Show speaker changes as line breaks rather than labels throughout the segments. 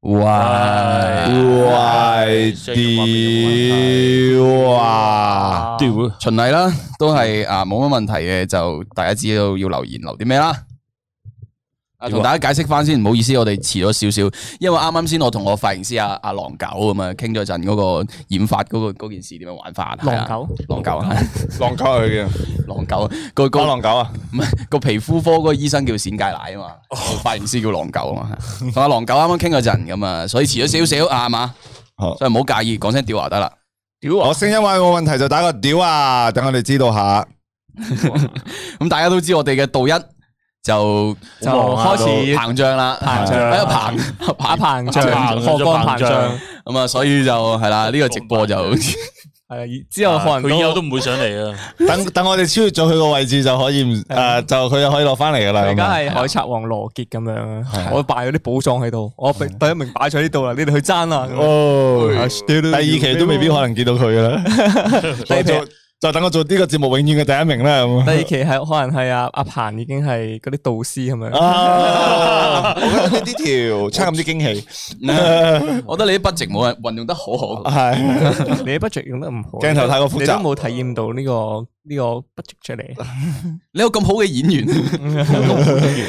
喂喂，屌啊！
屌
循例啦，都係啊冇乜問題嘅，就大家知道要留言留啲咩啦。啊，同大家解釋翻先，唔好意思，我哋遲咗少少，因為啱啱先我同我髮型師阿阿狼狗咁啊，傾咗陣嗰個染髮嗰、個嗰件事點樣玩法。係啊
狼狗，
狼狗 啊，
浪狗嚟嘅，
狼狗 個
講
個
浪狗啊，
唔係個皮膚科嗰個醫生叫冼界奶啊嘛，個髮型師叫狼狗啊嘛，同阿狼狗啱啱傾嗰陣咁啊，所以遲咗少少啊係嘛，
好
所以唔好介意，講聲屌啊得啦。
屌啊！我聲音話有冇問題就打個屌啊，等我哋知道下。
咁大家都知我哋嘅道一就
啊
就開始
膨脹啦，
膨脹
喺度啊膨
打
膨
膨
膨脹，
脹
荷
咗
光
膨
膨
脹
脹，
咁啊，所以就係啦，呢個直 播就
系之後可能
佢啊以後都
都
唔會上嚟啊！
等等我哋超越咗佢個位置就可以唔诶，就佢就可以落翻嚟噶啦。
而
咁
家
啊
係海賊王羅傑咁樣啊！我擺咗啲寶藏喺度，我第一名擺咗呢度啦，你哋去爭啦。
嗯
啊
哦，
第
第二期都未必可 能見到佢噶啦。
第二期
我做就等我做呢個節目永遠嘅第一名啦。咁
第
啊
二期係可能係阿阿彭已經係嗰啲導師咁樣，
啊，我覺得呢條差咁啲 驚喜，
嗯我覺得你啲筆值冇人運用得好好。
係
你啲 budget 用得唔好，啊
鏡頭太過複雜
你都冇體驗到呢個呢個 budget 出嚟。
你有咁好嘅 演員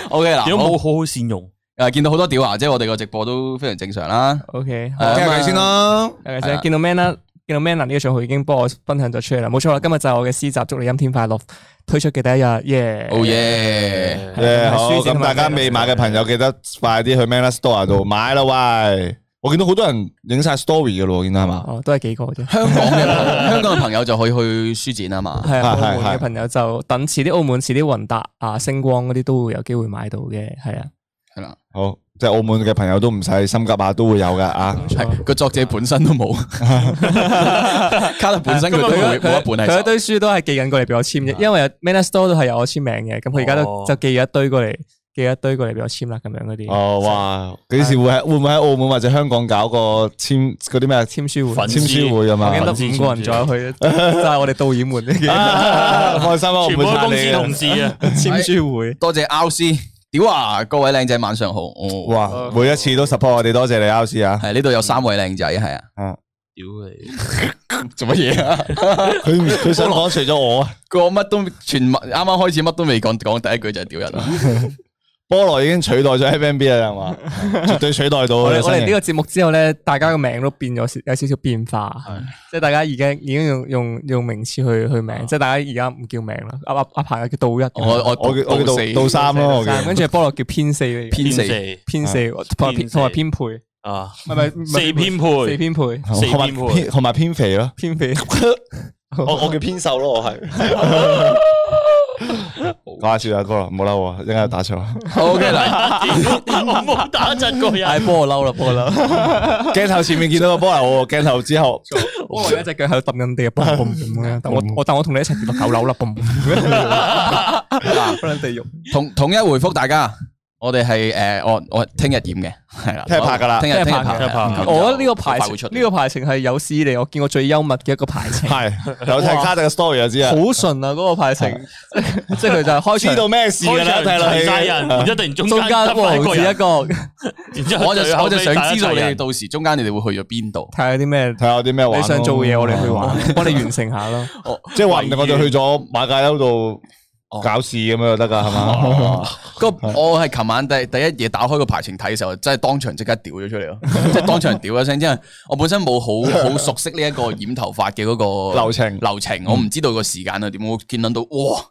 ，OK 嗱，
如果
嗯好
冇好好善用，
誒見到好多屌啊，即係我哋個直播都非常正常啦。
OK，
係啊
傾下偈先啦。
誒，
係啊
就
啦
見到 Manna，見到 Manna 呢個賬號已經幫我分享咗出嚟啦，冇錯啦，今日就係我嘅詩集《祝你陰天快樂》推出嘅第一日，耶！
Oh yeah！
誒
係
好，
書展
咁
同
大
埋
家
Manner
未買嘅朋友記得快啲去 Manner Store 度買啦喂！我見到好多人影晒 story 嘅咯，見到係嘛？
哦，都係幾個啫。
香港嘅 朋香港嘅朋友就可以去書展啊嘛。
系啊，
係
澳門
係係
嘅朋友就等遲啲澳門，遲啲雲達啊、星光嗰啲都會有機會買到嘅，係啊，
係啦，
好，即係澳門嘅朋友都唔使心急下，都會有噶啊！
係個作者本身都冇，卡特本身佢都冇
啊佢
冇一本
佢
係手
一堆書都係寄緊過嚟俾我簽啫，因為 Manner Store 都係有我簽名嘅，咁佢而家都
哦
就寄咗一堆過嚟，寄咗一堆過嚟俾我簽啦，咁樣嗰 啲
哦，哇！幾時會喺會唔會喺澳門或者香港搞個簽嗰啲咩啊簽
簽書會，
粉
簽書會咁
我
啊？
記得五個人左右去，就係我哋導演們呢嘅
啊開心啊！
全部都公司
澳門
同
撐
事啊！
簽書會。
多謝 R C，屌啊！各位靚仔晚上好，哦
你，哇！每一次都 support 我哋，多謝你 R C 啊！
係呢度有三位靚仔，係啊，
屌你！
做乜嘢啊？
佢佢想講除咗我啊，
個乜都全物啱啱開始乜都未講，講第一句就係屌人啦。啊
菠 蘿已經取代咗 FMB 啦，係 嘛？絕對取代到
我哋
嘅
我哋呢
身形
個節目之後咧，大家個名都變咗少有少少變化，即係大家而家已經用用用名詞去去名，即係大家而家唔叫名啦。阿阿阿彭叫道一咁樣，
我我
我叫我
到
叫到到三咯，
但
我
係
叫啊
跟住菠蘿叫編四嚟，
偏四
編四同埋編同埋編配，唔
啊！
係唔係
四編
四
配，
編配
四
同埋
邊喎
偏同埋偏肥咯。
編配。
我我叫偏瘦咯，我 係。講下笑啊，哥，唔好嬲我，一陣 間打錯。
OK 嗱，
我冇打窒過人。
唉，菠蘿嬲啦，菠 蘿嬲！
鏡頭前面見到個波流，鏡頭之後，
菠蘿一隻腳喺度揼緊地，嘣嘣咁樣。 但我我但我同你一齊跌落九樓啦，嘣！嗱，地獄。
同統一回覆大家，我哋係誒我我聽日染嘅，係啦，
聽日拍㗎啦
聽日
聽日
聽
拍嗯
日拍
聽日拍嗯
㗎，
我覺得呢個排
會出
程呢個排程係有史以嚟我見過最幽默嘅一個排程。
係有睇卡特嘅 story 就知啊，
好純啊！嗰個派成， 即係佢就係開
知
場
道咩事㗎
開
啦，
場
睇落
齊
去
晒人，唔一定中
中
間
間
得翻一個
王子一
人。
個，
然之後
我就
最後
我就想
尾大家
知道
齊
你哋
人
到時中間你哋會去咗邊度
睇？下有啲咩
睇下有啲咩玩
你
咯。哦
想做嘢，我哋去玩，幫你完成下咯。
即係話唔定我哋去咗馬介休度搞事咁樣就得㗎，係嘛？
個哦我係琴晚第第一夜打開個排程睇嘅時候，真係當場即刻屌咗出嚟 咯，即係當場屌一聲，因為我本身冇好好熟悉呢一個染頭髮嘅嗰個
流程
流程，我唔知道個時間啊係點，我見撚到哇，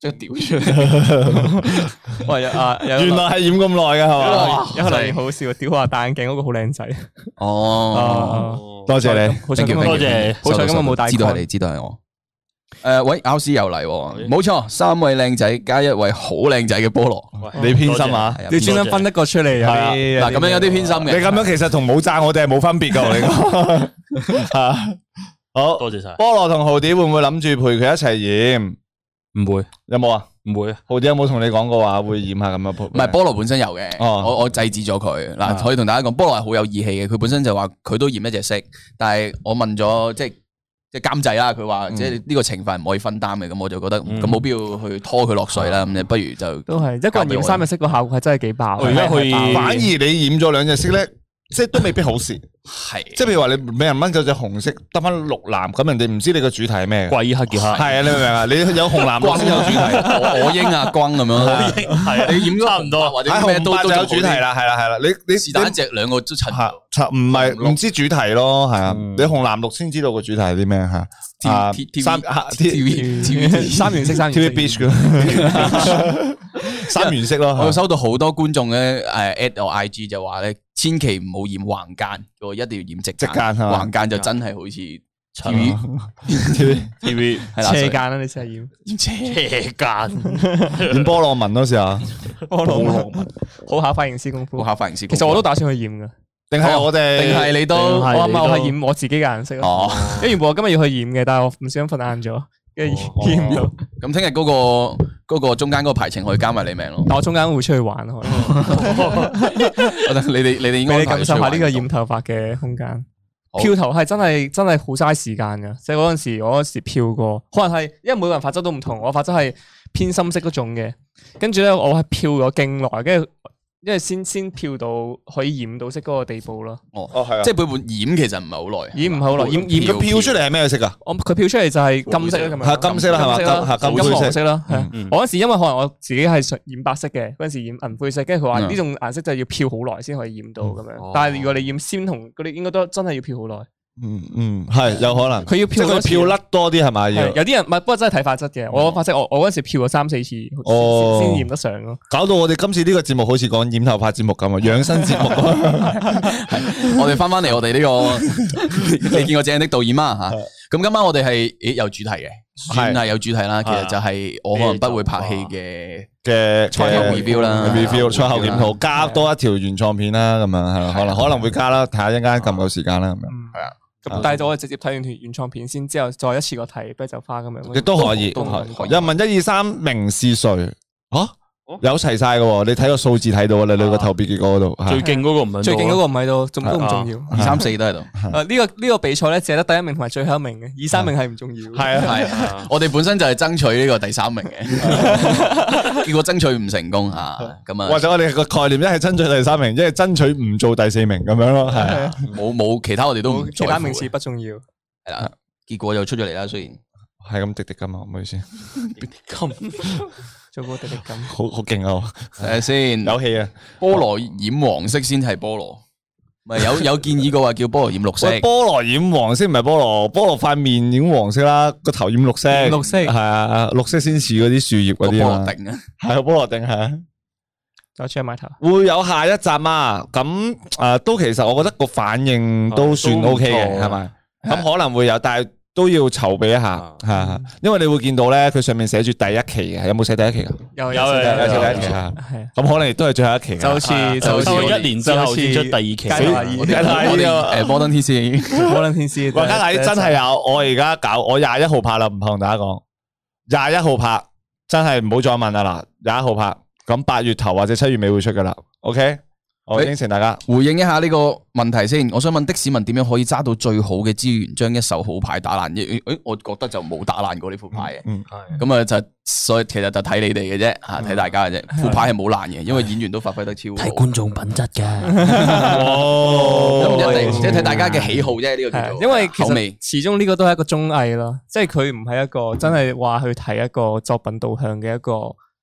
即係屌出嚟，
喂，有啊，有
原來係染咁耐㗎，係嘛？
有一個留言好笑，屌下戴眼鏡嗰個好靚仔。
哦，
哦
多謝你。
好彩
Thank you，
今日
多謝
好彩今日冇戴
知道係
con
你，知道係我。誒，呃喂，R C 又嚟喎，冇錯，三位靚仔加一位好靚仔嘅菠蘿，
喂
你偏心啊！
係啊
你專登分一個出嚟
係啊
啊！有啲
嗱咁樣有啲偏心
你
嘅，
咁樣其實同冇讚我哋係冇分別㗎，我哋講啊好，
多謝晒。
菠蘿同浩蝶會唔會諗住陪佢一齊染？
唔會，
有冇啊？
唔會啊！
浩蝶有冇同你講過話會染下咁嘅鋪？
唔係菠蘿本身有嘅，
哦
我我制止咗佢
啊
嗱，可以同大家講，菠蘿係好有義氣嘅，佢本身就話佢都染一隻色，但係我問咗即係即係監製啦，佢話
嗯
即係呢個懲罰唔可以分擔嘅，咁我就覺得嗯咁冇必要去拖佢落水
啊
啦，咁你不如就
都係一個人染三日色個效果係真係幾爆。啊
我而家去
係爆
反而你染咗兩隻色咧，即系都未必好事。
系
即系譬如话你每人掹走只红色，得翻綠藍，咁人哋唔知你個主題係咩嘅。
贵黑杰
系
克，
啊，你明唔明啊？你有紅藍綠先有主題，
我啊英啊光咁样，
系
你染咗
差唔多
或者
喺
咩
哎紅
都
白
都
就有主題啦，係啦係啦，你你
是但一只两个都襯
吓，嚇唔係唔知主題咯，係啊，
嗯
你紅藍綠先知道個主題係啲咩吓。嚇啊
T- T- TV
三嚇 T-
TV TV
三原色三原
TV
色
Beach 嘅 三原色咯，
我收到好多觀眾咧，诶 at 我 IG 就話咧，千祈唔好染橫間，我一定要染直
直
間。
間係嘛
橫間就真係好似 TV
TV
，TV
啊
係啦，
斜
所以
間啦，你試下染
斜间，
演波浪紋嗰時候，啊
菠蘿紋，好考髮型師功夫
好。考髮型師。
其實我都打算去染噶，
定係我哋
定係你都
定係
哦
你
我唔係我
都
係染我自己嘅顏色咯。
哦，
因為原本我今日要去染嘅，但係我唔小心瞓晏咗，跟住
哦
染唔到。
咁聽日嗰個嗰個中間嗰個排程可以加埋你名咯。
但我中間會出去玩咯，可能
我覺得你哋你哋應
俾
該
你感受下呢個染頭髮嘅空間。
好
漂頭係真係真係好嘥時間㗎，即係嗰陣時我嗰時漂過，可能係因為每個人髮質都唔同，我髮質係偏深色嗰種嘅，跟住咧我係漂咗勁耐，跟住因為先先漂到可以染到色嗰個地步咯，
哦係啊，即
即係背本染其實唔係好耐，
染唔係好耐，染染
係佢漂出嚟係咩色啊？
我佢漂出嚟就係金色啦，咁
係
樣
金色啦係嘛
金色啦
金係金
金
灰色
黃色啦，係啊
嗯
我嗰時因為可能我自己係想染白色嘅，嗰陣時染銀灰色，跟住佢話
嗯
呢種顏色就要漂好耐先可以染到咁
哦
樣。但係如果你染鮮紅嗰啲，應該都真係要漂好耐。
嗯嗯，係有可能，
佢要
即
漂
係
嗰
佢
時
漂甩多啲係咪要
係？有啲人唔係，不過真係睇髮質嘅。我髮質我我嗰陣時漂咗三四次先
哦
先染得上咯。
搞到我哋今次呢個節目好似講染頭髮節目咁啊，養生 節目咁啊。
我哋翻翻嚟我哋呢個， 你見過正的導演嘛吓？咁今晚我哋係咦有主題嘅，算係有主題啦。其實就係我可能不會拍戲嘅，
嘅
賽後 review 啦
嘅 review
賽
賽
後
後
review 啦
檢討，加多一條原創片啦，咁樣係啦，可能可能會加啦，睇下一陣間夠唔夠時間啦，咁樣
嗯，
係啊
咁
但係我係直接睇完原創片先，之後再一次過睇啤酒花咁樣。
亦都可以，
都可以
人民一二三明是誰啊？有齊晒嘅喎，你睇個數字睇到啊啦，你個投票結果嗰度
最
係
勁嗰個唔
啊
啊係
最勁嗰個唔喺度，仲都唔重
啊
要。
二三四都喺度。
誒呢個呢個比賽咧，只係得第一名同埋最後一名嘅，二三名係唔重要。 係啊，
系，我哋本身就係爭取呢個第三名 嘅，結果爭取唔成 功吓，咁
或
啊
者我哋個概念一係爭取第三名，一係爭取唔做第四名咁樣咯， 係啊
冇冇其他我哋都唔
其他名
次
次不重要。
系啦，结果就出咗嚟啦。雖然
係咁滴滴噶嘛，唔好意思，
做個滴滴咁。
好好勁啊，我
睇下先，
有氣啊！
菠蘿染黃色先係菠蘿，咪有有建議過話叫菠蘿染綠色
喂，，菠蘿染黃色唔係菠蘿，菠蘿塊面染黃色啦，個頭染綠色，
染綠色
係啊，綠色先似嗰啲樹葉
個
嗰
菠
啲啊，
蘿定啊，
係啊，菠蘿定係。
再 check 埋頭。
會有下一集啊，咁啊都其實我覺得個反應都算
啊都唔
OK
錯
嘅，
啊
係咪？咁可能會有，但係都要籌備一下
啊，
係啊，因為你會見到咧，佢上面寫住第一期嘅，有冇寫第一期噶？
有
有有
有
有
寫
有
第一期啊，
係啊，
咁可能亦都係最後一期㗎。
就好似就好似
就
我哋
一年之後先出第二期
就好似街頭阿姨
我哋我哋诶波登 T C
可能天使，
喂，家下真係有，我而家搞，我廿一號拍啦，唔怕同大家講，廿一號拍，真係唔好再問啦嗱，廿一號拍，咁八月頭或者七月尾會出噶啦，OK，我
喂
應承大家，
回應一下呢個問題先。我想問的士文點樣可以揸到最好嘅資源，將一手好牌打爛？咦咦我覺得就冇打爛過呢副牌嘅。
嗯，
咁啊就所以其實就睇你哋嘅啫吓，睇大家嘅
嗯
啫。副牌係冇爛嘅，因為演員都發揮得超好。咁
眾品質嘅，
唔一定
哦
即係睇大家嘅喜好啫。呢個叫
係，
做
因為其
口味
實始終呢個都係一個綜藝咯，即係佢唔係一個真係話去睇一個作品導向嘅一個，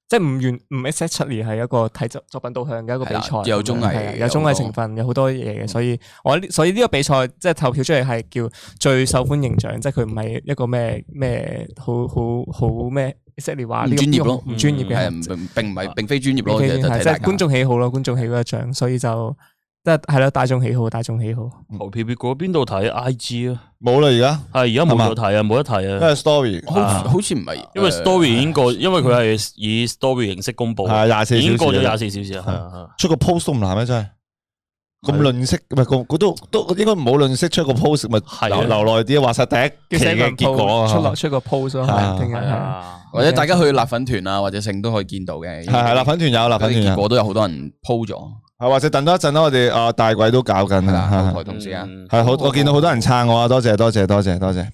即係唔完唔 exactly 係一個睇作作品導向嘅一個比
係啦
賽，
有綜藝
係啊有
有
綜
好多嗯
藝成分，有好多嘢嘅，所以我呢所以呢個比賽即係投票出嚟係叫最受歡迎獎，即係佢唔係一個咩咩好好好咩 exactly 話呢個
唔專業咯嗯
唔專業
係啊
嘅
唔。並並唔係並非專業咯，
OK，
就睇
係
大
即
家
係觀眾喜好咯，觀眾喜好嘅獎，所以就即係係咯，大眾喜好，大眾喜好。
投票結果邊度睇 I G À, 啊？
冇啦而家。
係而家冇咗睇啊，冇得
因
睇啊，
为 story
好好似唔係，
因為
誒
À. story 已經過，因為佢係以 story 形式公布，
係廿四
已經
小
過
時
咗
啦
廿四小時啊係啊，係啊
出個 post 都唔難咩真係，咁
係
論式唔係咁，佢都都應該唔好論式出個 post 咪
係啊
留留耐啲，話晒第一期
寫
嘅
份
結
post，出
果
落
啊，
出個 post 咯，
啊
係聽日
係
係
啊，
或者大家去辣粉團啊，或者盛都可以見到嘅。
係係啦，粉團有啦，
嗰
粉
啲
團
結
有，
果都有好多人 po 咗，
係或者等多一陣啦，我哋啊大鬼都搞緊
係啦，後
啦，
台同事啊，
嗯
係好，我見到好多人撐我啊，多謝多謝多謝多謝，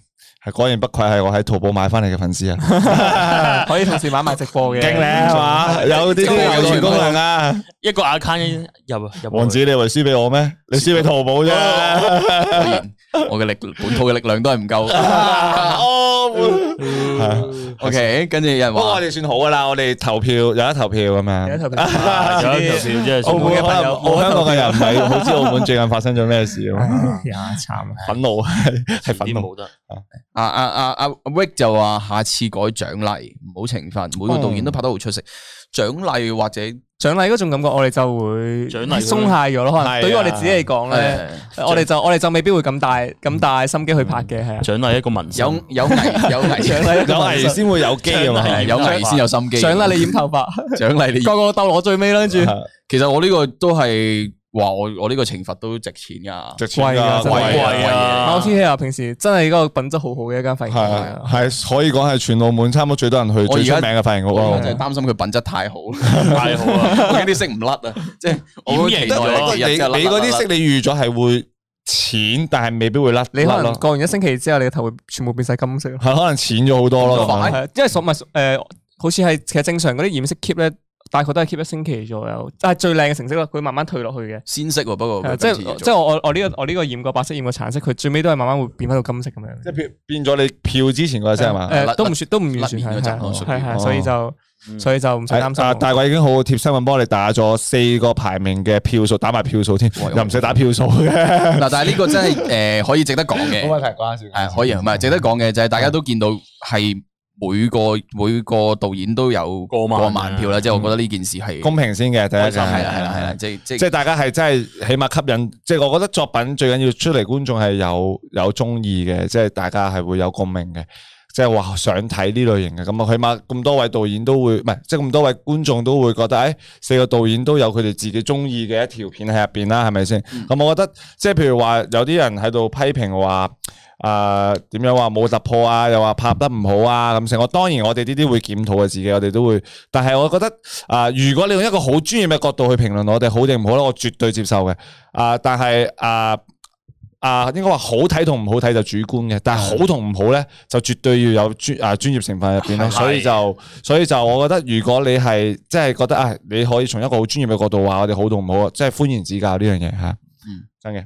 系果然不愧系我喺淘宝买翻嚟嘅粉丝 啊，
可以同時買埋直播嘅，
劲咧系嘛，有啲
真係有
啲
錢
功能啊！
一个 account 入入
王子，你以为输俾我咩？你输俾淘宝啫。
果然 我嘅力本土嘅力量都系唔够。
哦，
OK，跟住有人
不过我
话
哋算好噶啦，我哋投票有得投票咁
有一
样。
投 票，
啊有一
有
條條
一
真系
嘅
澳门嘅
朋
朋
友
友，冇香港嘅人唔系好知澳门最近发生咗咩事啊？
呀慘啊！
愤怒系
係
愤怒，
冇得，
啊啊啊啊阿 Rick 就话下次改奖励，唔好惩罚。每个导演都拍得好出色，奖励或者
獎勵嗰種感覺，我哋就會
獎勵
鬆懈咗咯。可
係啊啊
能對於我哋自己嚟講咧，
誒
我哋就我哋就未必會咁大咁大心機去拍嘅，係啊。
奖励一个民
有
生
有危有危
獎勵一個
有
紋
危
身
先会有机啊嘛
真。
係有危先有心機。
獎勵你染頭髮，
獎勵你。啊
個個鬥攞最尾啦，跟住
其實我呢個都係話我我呢個懲罰都值錢噶。
值錢㗎
貴啊真係
貴
貴啊
我 T K 啊，平時真係嗰個品質好好嘅一間髮型屋啊
係系可以講係全澳門差唔多最多人去
我而
最出
家
名嘅髮型屋
我
啊！
就係擔心佢品質 太好，
太好啊！
我驚啲色唔甩啊！即係我好期待
掩形咗
有
啊
我
一日
你
真係甩
啊你嗰啲
甩
色你預咗係會淺，但係未必會甩。
你可
甩
能
咯
過完一星期之後，你嘅頭會全部變晒金色咯。
係可能淺咗好多咯。
反
咁
係啊因為所咪诶，好似係其實正常嗰啲染色 keep 咧，大概都係 keep 一星期左右，但係最靚嘅成色啦，佢慢慢退落去嘅。
鮮色喎，不過
係啊
佢
即
今次
係
要
即
做
係我我我呢個我呢個染過白色染過橙色，佢最尾都係慢慢會變翻到金色咁樣。
樣即係變變咗你票之前嗰隻係嘛？
甩
誒都唔算都唔完全
甩面
係
嗰隻
係
哦屬於
係係，
哦
所以就
嗯
所以就唔使擔
係啊！
心。
大貴已經好貼心咁幫你打咗四個排名嘅票數，打埋票數添，
喂
又唔使打票數嘅。
嗱，但係呢個真係誒可以值得講嘅。
題，關事
係可以，唔係值得講嘅就係大家都見到係每個每個導演都有
過萬啊
過萬票啦，即係我覺得呢件事係
公平先嘅第
開
一
心，
就
係啦係啦係啦，即係即係
即係大家係真係起碼吸引，即係我覺得作品最緊要出嚟觀眾係有有中意嘅，即係大家係會有共鳴嘅，即係話想睇呢類型嘅。咁啊，起碼咁多位導演都會，唔係即係咁多位觀眾都會覺得，誒、四個導演都有佢哋自己中意嘅一條片喺入邊啦，係咪先？
嗯
咁、我覺得即係譬如話有啲人喺度批評話。誒啊點、樣話冇突破啊？又話拍得唔好啊咁成。我當然我哋呢啲會檢討嘅自己，我哋都會。但係我覺得啊、如果你用一個好專業嘅角度去評論我哋好定唔好咧，我絕對接受嘅。啊、但係啊啊，應該話好睇同唔好睇就主觀嘅，但係好同唔好咧就絕對要有專啊專業成分喺入邊咯。
係
所以就所以就我覺得，如果你係即係覺得啊、你可以從一個好專業嘅角度話我哋好同唔好，即係歡迎指教呢樣嘢嚇。
嗯，
真嘅。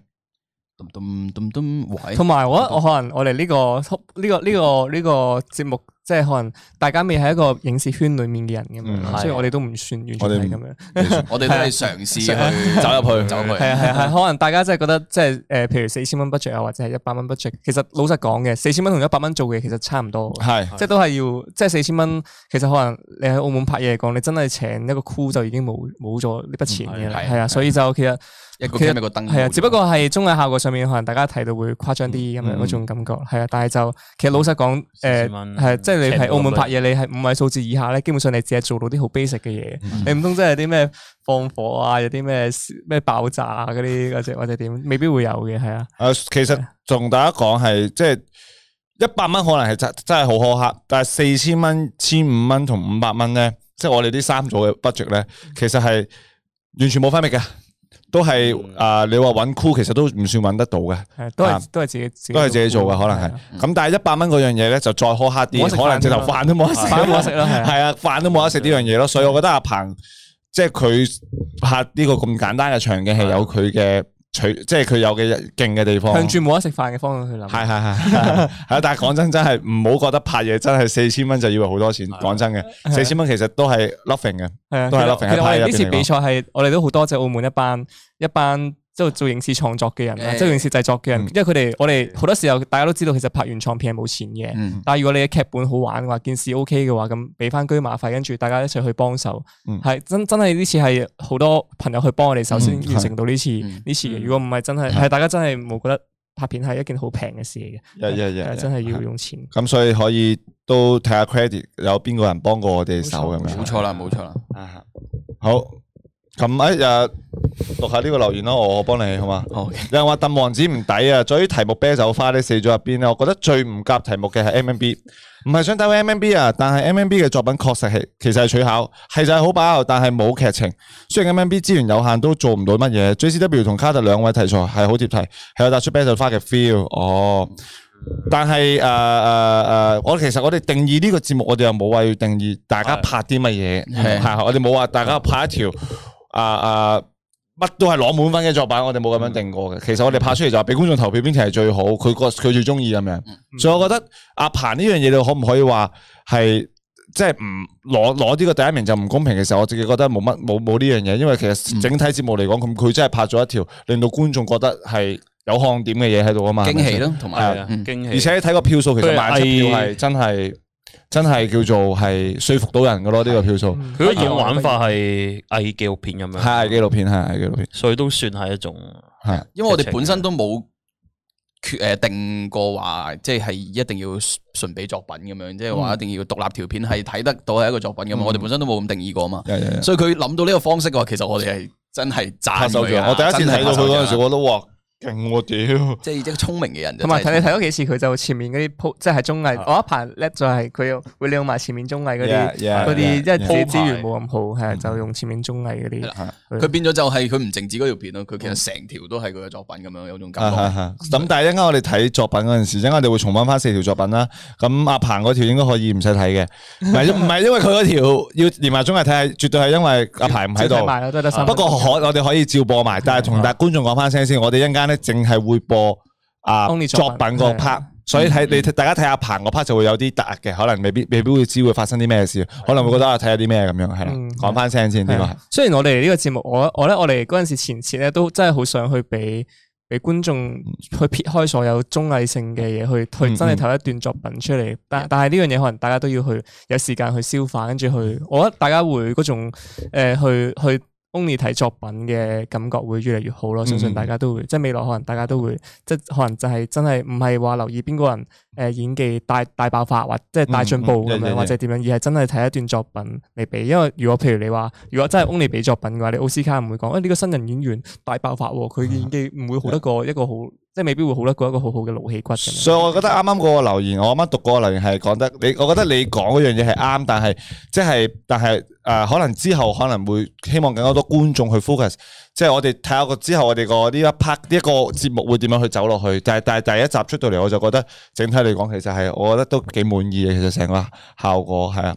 咚咚咚咚，喂
同埋我覺得我可能我哋呢個呢個呢個呢個節目，即係可能大家未喺一個影視圈裡面嘅人咁
嗯
樣，所以我哋都唔算完全
我哋唔
係咁樣。
我哋都係嘗試去
走入去
走入去
係。啊係啊係，可能大家真係覺得即係誒，譬如四千蚊 budget 啊，或者係一百蚊 budget，其實老實講嘅，四千蚊同一百蚊做嘅其實差唔多。
係。
即係都係要，即係四千蚊。其實可能你喺澳門拍嘢嚟講，你真係請一個 crew 就已經冇冇咗呢筆錢嘅啦。
嗯係
係啊，所以就其實
一個
其
cam
實
一個燈冇咗，
係啊，只不過係綜藝效果上面，可能大家睇到會誇張啲咁樣
嗯
嗰種感覺。係啊，但係就其實老實講，誒
40蚊
係即係你
請
喺
到
澳門
咁
拍嘢，你係五位數字以下咧，基本上你只係做到啲好 basic 嘅嘢。
嗯
你唔通真係有啲咩放火啊，有啲咩咩爆炸啊嗰啲嗰只或者點，未必會有嘅。係啊，
诶、其實同大家講係即係一百蚊可能係真真係好苛刻，但係四千蚊、千五蚊同五百蚊咧，即係我哋呢三組嘅 budget 咧，
嗯
其實係完全冇分別嘅，都係
嗯
啊、你話揾 crew 其實都唔算揾得到嘅，
係都
啊
係都係自己
都係自己做嘅，可能係。咁、但係一百蚊嗰樣嘢咧就再苛刻
啊嗯冇得
啲，
食飯
可能直頭
㗎嘛
飯都冇得食，
反我食咯，係啊。
係啊，飯都冇得食呢樣嘢咯，所以我覺得阿彭即係佢拍呢個咁簡單嘅場景係有佢嘅取，即係佢有嘅勁嘅地方。
啊向住冇得食飯嘅方向去
系
諗。
系系，系啊！但系讲真，真 係唔好覺得拍嘢真係四千蚊就以為好多錢。
係
講真嘅，四千蚊其實都係 nothing 嘅，
係啊，
都係啦
其實其實
平
我
衡派
哋
入
呢
邊
次
嚟講
比賽係我哋都好多謝澳門一班一班即係做影視創作嘅人啦，
誒
即係影視製作嘅人，
嗯
因為佢哋我哋好多時候大家都知道，其實拍原創片係冇錢嘅。
嗯，
但係如果你嘅劇本好玩嘅話，件事 OK 嘅話，咁俾翻居馬費，跟住大家一齊去幫手，
嗯
係真真係呢次係好多朋友去幫我哋，首先
嗯
完成到呢次
嗯
呢次嘅。
嗯
如果唔係真係係大家真係冇覺得拍片係一件好平嘅事嚟
日日
嘅，係啊
日
真係要用錢。
咁，所以可以都睇下 credit 有邊個人幫過我哋手咁
冇
樣。
錯啦，冇錯啦。
啊好，咁诶日讀下呢個留言咯，我我幫你好嘛？
好，
有人話鄧王子唔抵啊！在於題目啤酒花呢四組入邊咧，我覺得最唔夾題目嘅係 M M B，唔係想打 M M B 啊，但係 M M B 嘅作品確實係其實係取巧，係就係好把握，但係冇劇情。雖然 M M B 資源有限，都做唔到乜嘢。J C W 同卡特兩位題材係好貼題，係有突出啤酒花嘅 feel。哦，但係诶诶诶，呃我其實我哋定義呢個節目，我哋又冇話要定義大家拍啲乜嘢，
係
係我哋冇話大家拍一條啊啊乜都係攞滿分嘅作品，我哋冇咁樣定
嗯
過嘅。其實我哋拍出嚟就係俾觀眾投票邊條係最好，佢個佢最中意咁
嗯
樣。所以我覺得阿彭呢樣嘢，你可唔可以話係即係唔攞攞呢個第一名就唔公平嘅時候，我自己覺得冇乜冇冇呢樣嘢，因為其
嗯
實整體節目嚟講，咁佢真係拍咗一條令到觀眾覺得係有看點嘅嘢喺度啊嘛，係咪
惊喜
先
咯，同
係
埋
啊
嗯
惊
而
喜。
且睇個票數，其實
佢係
萬七票係真係真係叫做係說服到人嘅咯，呢個票數啊
嗯
佢嗰種玩法係偽紀錄片咁樣，
係紀錄片，係紀錄片，
所以都算係一種
係
因為我哋本身都冇決诶定過話，即係一定要純比作品咁樣，即係
嗯
話一定要獨立條片係睇得到係一個作品咁嘛。我哋本身都冇咁定義過嘛，
有有有
所以佢諗到呢個方式嘅話，其實我哋係真係
拍
赞
手
佢
掌。
啊
我第一次睇到佢嗰陣時，
真係拍手掌啊
我都哇勁喎屌！
即係一個聰明嘅人就
同埋睇
真
你
係啊
睇咗幾次，佢就前面嗰啲鋪，即係綜藝，我一排叻就係佢又會利用埋前面綜藝嗰啲
Yeah, yeah,
嗰啲，
yeah,
因為自己
yeah
資源冇咁好，係啊就用前面綜藝嗰啲。
佢變咗就係佢唔淨止嗰條片咯，佢其實成條都係佢嘅作品咁樣，有種感
嗯啊
覺。
係係咁但係一陣間我哋睇作品嗰陣時，一陣間我哋會重温翻四條作品啦。咁阿彭嗰條應該可以唔使睇嘅，唔係唔係因為佢嗰條要連埋綜藝睇，係絕對係因為阿彭唔喺
睇
度。啊
埋啦，都係得三
不
分鐘。啊
過可我哋可以照播埋，但係同大觀眾講翻聲先，我哋一陣間咧淨係會播啊
Only
作
作
品
品
個
係嗯
part，所以睇你大家睇下彭個 part 就會有啲突兀嘅，可能未必未必會知會發生啲咩事，可能會覺得啊睇下啲咩咁樣係啦
嗯，
講翻聲先呢個係
係。雖然我哋呢個節目，我我咧我哋嗰陣時前設咧都真係好想去俾俾觀眾去撇開所有綜藝性嘅嘢，去
嗯
去真係睇一段作品出嚟。但但係呢樣嘢可能大家都要去有時間去消化，跟住
嗯
去，我覺得大家會嗰種呃去去 only 睇作品嘅感覺會越嚟越
嗯
好咯。相信大家都會，即係未來可能大家都會，即係可能就係真係唔係話留意邊個人誒演技大大爆發或即係大進步咁
嗯嗯嗯
樣，或者點樣，而係真係睇一段作品嚟比。因為如果譬如你話，如果真係 only 俾作品嘅話，你奧斯卡唔會講，誒呢個新人演員大爆發喎，佢演技唔會好得過一個好，即係未必會好得過一個好好嘅老戲骨咁樣。
所以我覺得啱啱嗰個留言，我啱啱讀嗰個留言係講得你，我覺得你講嗰樣嘢係啱，但係即係但係誒、呃可能之後可能會希望更加多觀眾去 focus，即係我哋睇下個之後我哋個呢一 part 呢一個節目會點樣去走落去。但係但係第一集出到嚟，我就覺得整體嚟講其實係我覺得都幾滿意嘅，其實成個效果係啊。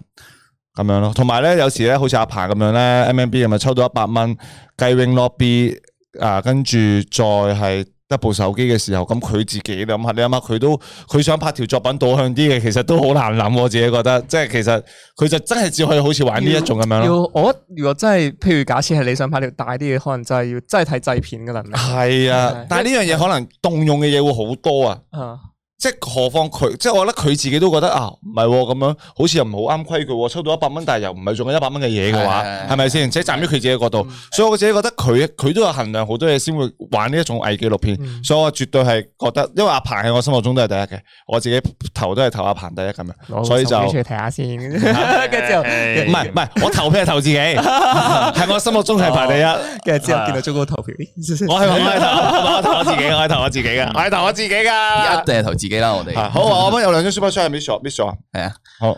咁樣咯，同埋咧，有時咧，好似阿彭咁樣咧，MMB 咁啊，抽到一百蚊雞 wing lobby 啊，跟住再係得部手機嘅時候，咁佢自己諗下，你諗下佢都佢想拍條作品導向啲嘅，其實都好難諗，我自己覺得，即係其實佢就真係只可以好似玩呢一種咁樣
要
咯。
我覺得如果真係，譬如假設係你想拍條大啲嘅，可能就係要真係睇製片嘅能力。
係啊
係，
但係呢樣嘢可能動用嘅嘢會好多啊。
啊
即係何況佢，即係我覺得佢自己都覺得啊，唔係喎咁樣，好似又唔好啱規矩喎，抽到一百蚊，但係又唔係中緊一百蚊嘅嘢嘅話，
係係係
係咪先？即係站嗯於佢自己嘅角度，所以我自己覺得佢佢都有衡量好多嘢先會玩呢一種偽紀錄片，
嗯
所以我絕對係覺得，因為阿彭喺我心目中都係第一嘅，我自己投都係投阿彭第一咁樣，
攞
所以就
手機出
唔
嚟睇下先，跟住之後，
誒
係唔係，我投票係投自 己，喺我心目中係排第一。
跟住之後見到中高投票，咦
我係我係投，我投我自己，我係投我自己 嘅，我係投我自己
一
噶。
定係投自己啦，我哋
啊好啊，我哋有兩張 super chat 係 miss 咗，miss 咗啊。
係啊。
好，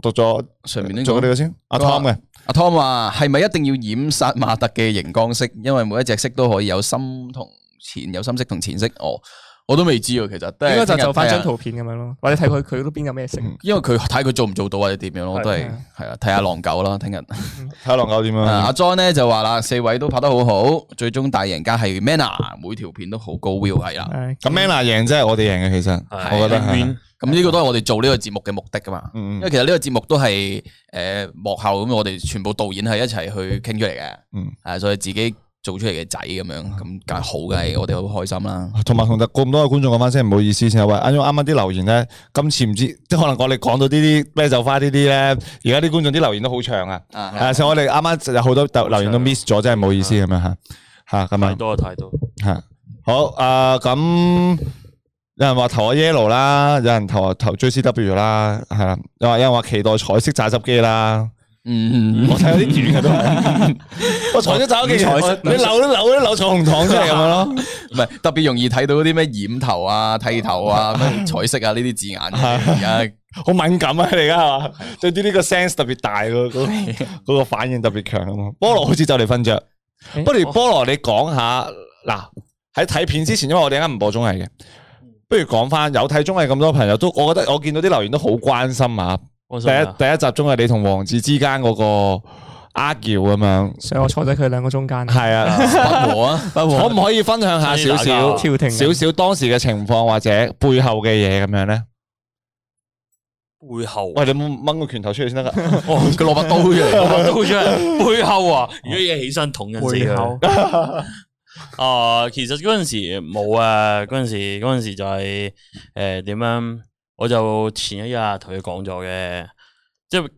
讀咗
上面呢個
做咗呢個先，阿 Tom 嘅。
阿 Tom 話：係咪一定要染殺馬特嘅熒光色？因為每一隻色都可以有深同淺，有深色同淺色。哦，我都未知啊，其實都係
應該就就翻張
聽日睇下，
圖片咁樣咯，或者睇佢佢嗰邊有咩色。
因為佢睇佢做唔做到或者點樣咯，
係
都係係啊，睇下狼狗啦，聽日。
嗯
睇下狼狗點樣
啊
啊
阿？John 咧就話啦，四位都拍得好好，最終大贏家係 Mana，每條片都好高 view 係啦。
係
咁 Manna 贏真係我哋贏嘅，其實
係
我覺得係
遠
咁呢個都係我哋做呢個節目嘅目的噶嘛。
嗯
因為其實呢個節目都係诶幕後咁，我哋全部導演係一齊去傾出嚟嘅。
嗯，
啊，所以自己做出嚟嘅仔咁樣，咁梗係好嘅，我哋好開心啦。
同埋同咁多嘅觀眾講翻聲，唔好意思先啊，喂，啱啱啱啱啲留言咧，今次唔知 即係可能我哋講到呢啲啤酒花呢啲咧，而家啲觀眾啲留言都好長啊，
啊
啊，所以我哋啱啱有好多留言都 miss 咗，真係唔好意思咁樣吓吓咁
太
啊
多太多，
吓好啊咁。有人話投我 yellow 啦，有人投我投 JCW 啦，係啦，有話有人話期待彩色榨汁機啦，
嗯，
我睇有啲短嘅都係， 我彩色榨汁機，
彩色
你扭都扭都扭彩虹糖出嚟咁樣咯。
唔係特別容易睇到嗰啲咩染頭啊、剃頭 啊、咩彩色啊呢啲字眼嘅。而家
好敏感啊！你而家係嘛，對啲呢個 sense 特別大嗰嗰嗰個反應特別強啊嘛。菠蘿好似就嚟瞓着，
誒
不如菠蘿你講下嗱喺睇片之前，因為我哋啱唔播綜藝嘅，不如講翻有睇綜藝咁多朋友都，我覺得我見到啲留言都好關心啊。
我
第
想
一
啊
第一集綜藝你同王子之間嗰個 argue 咁樣，
所以我坐喺佢兩個中間。
係啊。
不和啊，
不
可
過
唔可以分享下少
可以打
少
㗎
跳停啊
少少當時嘅情況或者背後嘅嘢咁樣咧？
背後，
喂，你冇掹個拳頭出嚟先得哦噶。
哦佢攞把刀出嚟。
都好 出背後啊！如果嘢起身捅人死
背
佢
後。
啊，其實嗰阵时冇啊，嗰阵时嗰阵时就係诶点样，我就前一日同佢講咗嘅，即系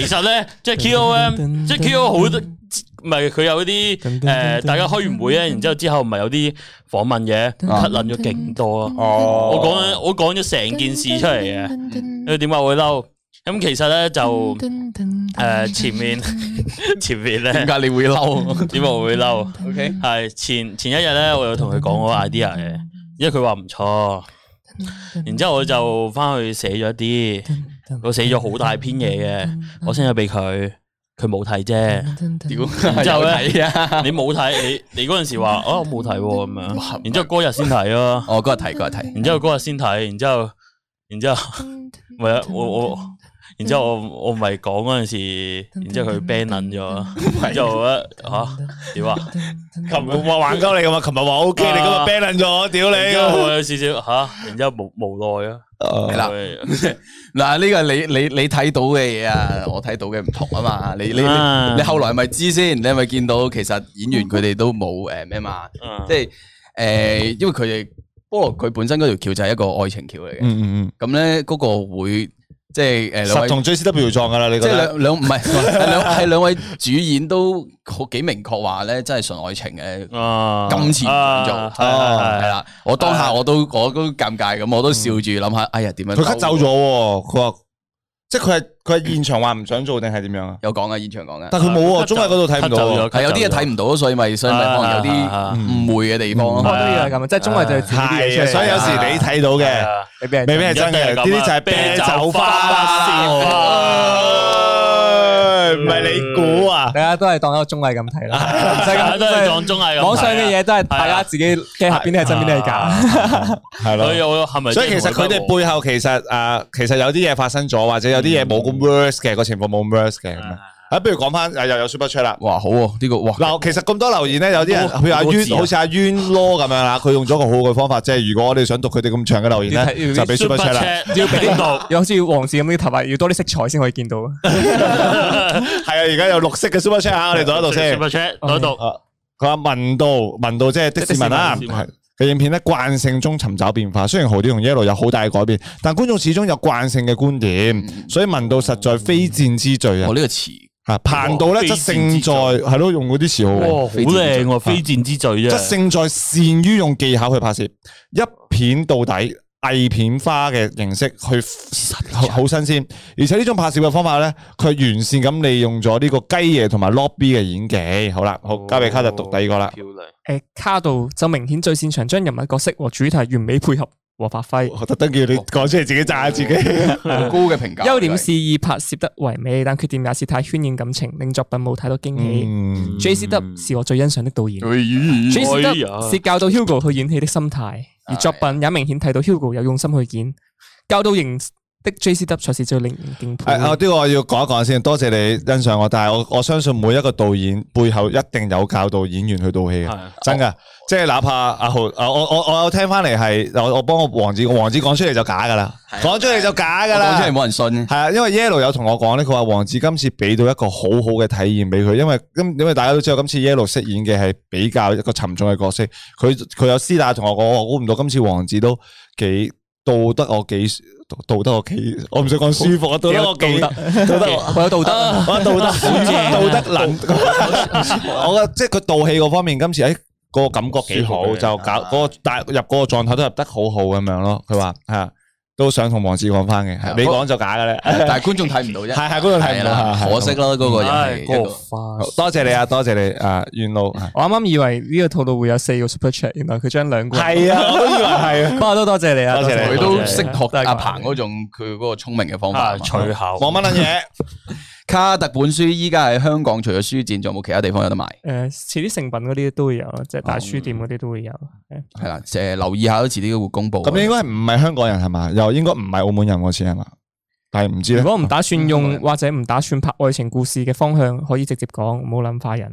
其實咧，即 系 Q O M，即系 Q O 好多，唔係佢有啲诶、呃大家開完會咧，然之后之後唔係有啲訪問嘅，咳撚咗勁多啊！
哦
我講緊我講咗成件事出嚟嘅，因為點解我會嬲？咁其實咧就诶、呃前 面前面咧
点解你會嬲？
點解我會嬲？
OK
系前前一日咧，我有同佢講嗰個 idea 嘅，因為佢話唔錯，然之后我就翻去寫咗一啲，我寫咗好大篇嘢嘅，我 send 咗俾佢，佢冇睇啫。
屌，
之後 呢
有睇啊！
你冇睇，你你嗰阵时话哦我冇睇喎咁樣，然之后嗰日先睇咯，
哦我嗰日睇，嗰日睇，
然之后嗰日先睇，然之后，然之后，唔係啊，我我，然之后我我唔係講嗰阵時，然之后佢 ban 撚咗，然之後我覺得吓點啊？
琴日話玩鳩你噶嘛？琴日話 O K，你今日
啊
ban 撚咗，屌
然之後
你！
我有少少吓，然之後無無奈啊，
係啦。
我
嗱，呢個你你你睇到嘅嘢啊，我睇到嘅唔同啊嘛。你你
啊
你後來咪知先，你係咪見到其實演員佢哋都冇诶咩嘛，
嗯
即係诶，因為佢哋不過佢本身嗰條橋就係一個愛情橋嚟嘅，
嗯嗯
咁咧嗰個會即係诶
嗯，
兩
實
位。
同 J C W 撞噶啦，你
即
覺
係
得？
兩兩唔係係兩 係兩位主演都好幾明確話咧，真係純愛情嘅。
啊，
金錢唔做，
啊
哦
系
係係啊係
啦，我當下我都我都尷尬咁，我都笑住諗下，哎呀點樣
嗯佢 cut 走咗，喎，佢話即係佢係佢係現場話唔想做定係點樣啊？
有講啊，現場講嘅，
但佢冇
cut
喎，
啊走
綜藝嗰度睇唔
cut
到
走
喎
咗。
係有啲嘢睇唔到，啊所以咪所以咪可能有
啊啊啊嗯
啲誤會嘅地方
我
咯
都。要係咁，即係中衞就係自己啲嘢
係
出
啊，
嚟
所以有時你睇到
係
嘅，
啊
你俾人
未必係真嘅。呢啲就係啤酒花啦，唔係你估啊？
大家都係當一個中衞咁睇啦，唔使
大家
咁
都係撞中係咁睇啊
網上嘅嘢都係大家自己嘅下邊啲係真邊啲係假。
係
所
咯
以。我係咪
所
真係
以其實佢哋背後其實啊，其實有啲嘢發生咗，或者有
嗯
啲嘢冇咁 worse 嘅個情況冇咁 worse 嘅咁樣。啊，不如講翻又有 super chat 啦。
哇，好喎，呢個哇，
嗱，其實咁多留言咧，有啲人
好多
譬如阿
好多字
淵，
啊
好似阿淵 law 咁樣啦，佢用咗個好好嘅方法，即係如果我哋想讀佢哋咁長嘅留言
要睇
咧，
要
就俾 super
super
chat 啦。
chat 要俾到，
又好似黃子咁啲頭髮要多啲色彩先可以見到。
係啊，而家有綠色嘅 super chat 啊，我哋讀一讀先
super。chat 嗰度
啊佢話文道，文道即係的士文啦
的士文的士。文
係嘅影片咧，慣性中尋找變化。雖然豪啲同 yellow 有好大嘅改變，但觀眾始終有慣性嘅觀點，所以文道實在非戰之罪啊
我！呢個詞
吓，彭道咧則勝在係咯，用嗰啲詞好好。
哦哇，好靚喎，非戰之罪
啊則
啫，
勝在善於用技巧去拍攝，一片到底、藝片花嘅形式去好好新鮮，而且呢種拍攝嘅方法咧，佢係完善咁利用咗呢個雞爺同埋 lobby 嘅演技。好啦，好交俾卡特讀第二個啦。
哦漂亮，
誒卡度就明顯最擅長將人物角色和主題完美配合和發揮。
我特登叫你講出嚟，自己炸下自己。
哦好高嘅評價，
優點是以拍攝得唯美，但缺點也是太渲染感情，令作品冇太多驚喜。
嗯
J C W 是我最欣賞的導演。
佢
J C
哎
W
呀
是教到 Hugo 去演戲的心態，
哎
而作品也明顯睇到 Hugo 有用心去演。教導型的 J C W 才是最令人敬佩
誒，我
的。
呢個我要講一講先，多謝你欣賞我，但係我我相信每一個導演背後一定有教導演員去導戲嘅
係，
真噶，即係哪怕阿豪，啊我我我有聽翻嚟係，我我幫我王子，王子講出嚟就假噶啦，講出嚟就假噶
講出
啦。
嚟冇人信，
系啊，因為 Yellow 有同我講咧，佢話王子今次俾到一個好好嘅體驗俾佢，因為因因为大家都知道今次 Yellow 飾演嘅係比較一個沉重嘅角色，佢佢有私底下同我講，我估唔到今次王子都幾道德我幾道德我幾，我唔想講舒服，我道德我幾
道
道 德我。
我有道德，
我道德道德能，我覺得即係佢道氣嗰方面，今次誒個感覺幾好，
舒服嘅
就搞嗰個帶入嗰個狀態都入得好好咁樣咯。佢話係啊，都想同王子講翻嘅，係你講就假嘅咧，
但係觀眾睇唔到啫，
係係嗰度睇
係
唔到啊
啦，
係
可惜咯，嗰個人係
唉
一個
過
花
好多謝你啊，多謝你啊，元老
我啱啱以為呢個套路會有四個 super chat，原來佢將兩個。
係啊，我都以為 係啊。
不過都多謝你啊，
多謝你
佢
多謝
都
你
識學
都係咁
阿彭嗰種佢嗰個聰明嘅方法
啊
啊嘛。
隨口
望乜撚嘢？
卡特本書依家喺香港除咗書展，仲有冇其他地方有得賣？
诶，似啲成品嗰啲都會有，即係大書店嗰啲都會有。
哦
係
係啦，誒留意下，遲啲會公布。
咁應該唔係香港人係嘛？又應該唔係澳門人喎，似係嘛？但係唔知咧
如。果唔打算
嗯
用或者唔打算拍愛情故事嘅方向，可以直接講，唔好諗化人。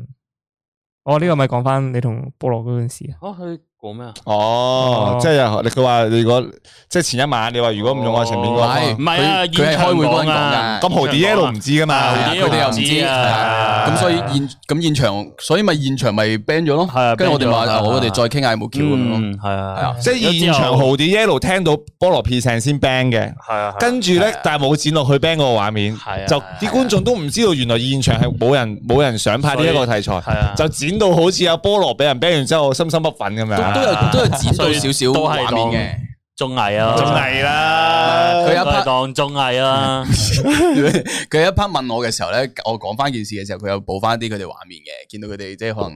我呢個咪講翻你同菠蘿嗰件事啊。
啊，佢講咩啊？
哦
哦，
即係你佢話如果即係前一晚你話如果唔用愛情片嘅話，
哦係
唔係啊，
佢佢係
現場
開會嗰陣
講啊
講
咁
㗎
豪
現場
D 耶
講啊
路唔
係
知噶
啊
嘛
係啊，？佢哋又唔
唔知
知，係
啊
啊咁所以現咁現場，所以咪現場咪 ban 咗咯
係啊。
跟住我哋話，
ban 咗
啊
啊
我哋再傾下有冇橋咁樣咯。
嗯，係啊，係啊，
即係現場豪 D 耶路聽到菠蘿屁聲先 ban 嘅。
係啊，
跟住咧，但係冇剪落去 ban 嗰個畫面
係啊，
就
係啊
啲觀眾都唔知道原來現場係冇人冇人想拍呢一個題材
係，啊，
就剪到好似阿菠蘿俾人 ban 完之後心心不憤咁
都
樣。
都有都有剪到
啊所以
少少
都係
畫面
綜藝啊，
綜藝啦
佢
佢有
有
part-
拍當綜藝啦，
嘅。 佢有一 part 問我嘅時候咧，我講翻件事嘅時候，佢又補翻啲佢哋畫面嘅，見到佢哋即係可能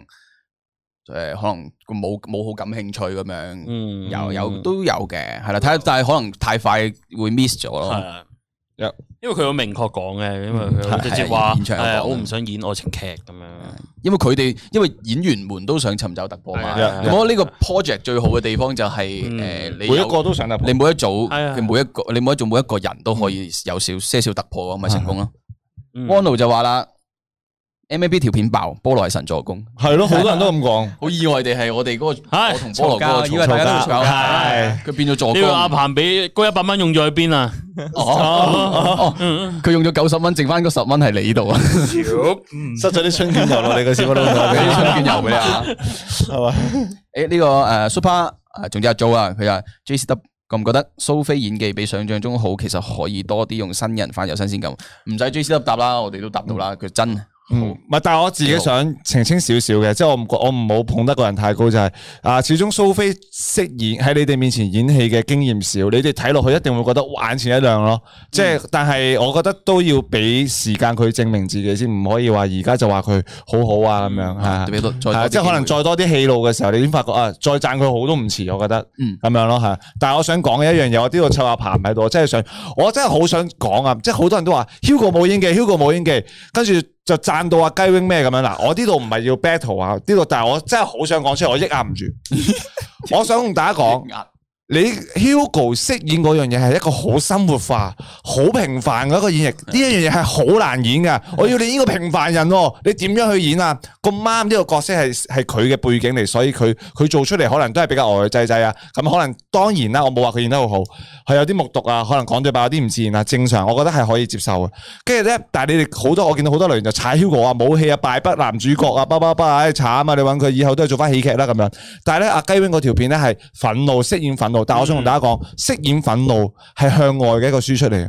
诶，可能冇冇好感興趣咁樣，
嗯，
有有都有嘅，係啦。睇下，但係可能太快會 miss 咗
係
咯。嗯
啊
有。
因為佢好明確講嘅，因為佢好直接
係係
話
現場有
誒，
講
我唔想演愛情劇咁樣。
因為佢哋因為演員們都想尋找突破嘛。
係啊
咁我呢個 project 最好嘅地方就係
嗯
诶，你
每一
有
個都想突破嗯
你每一組，
係啊
佢每一個你每一組每一個人都可以有少些少突破咁咪成功咯。
嗯
Wano 就話啦，MAB 條片爆，菠蘿係神助攻，
係咯，好多 人都咁講。
好意外地係我哋嗰個
係
我同菠蘿嗰個
嘈交以為
大家都嘈交
係佢變咗助
呢
攻
個阿鵬俾嗰一百蚊用咗去邊啊？
哦，
嗯
哦佢用咗九十蚊，剩翻嗰十蚊係你度啊，
塞咗啲春卷油落你個小骨窿
俾啲
度，
春卷油俾你啊。
係嘛？
誒呢個誒 Super 誒，總之阿 Jo 啊，佢話 J C W 覺唔覺得蘇菲演技比想象中好？其實可以多啲用新人反有新鮮感，唔使 J C W 答啦，我哋都答到啦，佢真。
嗯，唔係，但係我自己想澄清少少嘅，即係我唔我唔好捧得個人太高，就係、啊，始終蘇菲飾演喺你哋面前演戲嘅經驗少，你哋睇落去一定會覺得哇眼前一亮咯。即係，但係我覺得都要俾時間佢證明自己先，唔可以話而家就話佢好好啊咁樣係啊
特別多再多
係啊
啲
即係可能
機會
再多啲戲路嘅時候，你先發覺啊，再讚佢好都唔遲，我覺得，
嗯
咁樣咯係。但係我想講嘅一樣嘢，我呢度湊阿彭喺度，我真係想，我真係好想講啊！即係好多人都話 Hugo 冇演技，Hugo 冇演技，跟住就讚到阿雞 wing 咩咁樣嗱。我呢度唔係要 battle 啊，呢度但係我真係好想講出嚟，我抑壓唔住， 我想同大家講。你 Hugo 飾演嗰樣嘢係一個好生活化、好平凡嘅一個演繹，呢一樣嘢係好難演噶。我要你呢個平凡人喎，你點樣去演啊？咁啱呢個角色係係佢嘅背景嚟，所以佢佢做出嚟可能都係比較呆呆滯滯啊。咁可能當然啦，我冇話佢演得好好，係有啲木獨啊，可能講對白有啲唔自然啊，正常，我覺得係可以接受嘅。跟住咧，但係你哋好多我見到好多類型就踩 Hugo 啊，冇戲啊，敗筆男主角啊，巴巴巴，唉慘啊！你揾佢以後都係做翻喜劇啦咁樣。但係咧，阿雞 wing 嗰條片咧係憤怒飾演憤怒，但係我想同大家講，飾演憤怒係向外嘅一個輸出嚟嘅。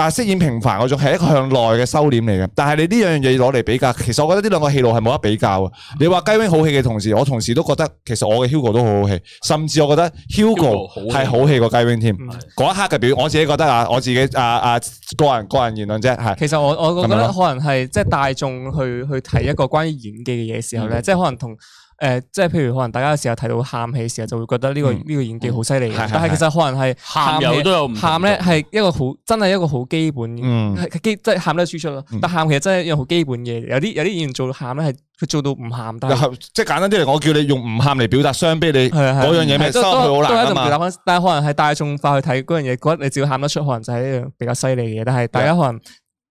啊，飾演平凡嗰種係一個向內嘅收斂嚟嘅。但係你呢樣嘢攞嚟比較，其實我覺得呢兩個戲路係冇得比較嘅。你話雞 wing 好戲嘅同時，我同時都覺得其實我嘅 Hugo 都好好戲，甚至我覺得
Hugo
Hugo
好戲
係好戲過雞 wing 添。嗰一刻嘅表演，我自己覺得啊，我自己啊啊個人個人言論啫，係
其實我我我覺
咁樣
得
咯
可能係即係大眾去去睇一個關於演技嘅嘢嘅時
嗯
候咧，即係可能同誒，即係譬如可能大家有時候睇到喊戲嘅時候，就會覺得呢個
嗯
呢個演技好犀利
係係
嘅。但係其實可能係
喊
戲
有都有唔同
喊咧係一個好真係一個好基本嘅
嗯
係基即係喊都係輸出咯
嗯。
但喊其實真係一樣好基本嘅嘢，有啲有啲演員做到喊咧係佢做到唔喊，但係
即係簡單啲嚟，我叫你用唔喊嚟表達傷悲，你
係啊係啊
嗰樣嘢咪
係都
收佢好
都都係一
難啊
種表達
嘛。
方式但係可能係大眾化去睇嗰樣嘢，覺得你只要喊得出，可能就係一樣比較犀利嘅嘢。但係大家可能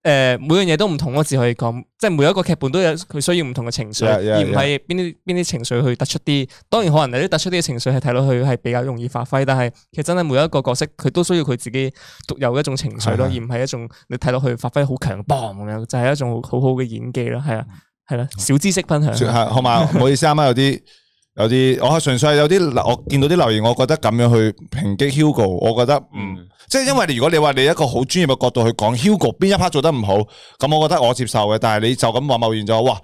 誒每樣嘢都唔同咯，只可以講，即係每一個劇本都有佢需要唔同嘅情緒，
Yeah, yeah,
而唔係邊啲邊啲情緒去突出啲。當然可能有啲突出啲嘅情緒係睇落去係比較容易發揮，但係其實真係每一個角色佢都需要佢自己獨有嘅一種情緒咯，而
係
唔係一種你睇落去發揮好強磅咁樣，就係一種好好好嘅演技咯，係啊。係啦，小知識分享，
嗯係好 嘛？唔好意思，啱啊啱有啲有啲，我純粹係有啲，我見到啲留言，我覺得咁樣去抨擊 Hugo，我覺得嗯，即係因為如果你話你一個好專業嘅角度去講 Hugo 邊一 part 做得唔好，咁我覺得我接受嘅。但係你就咁話貿然就話哇。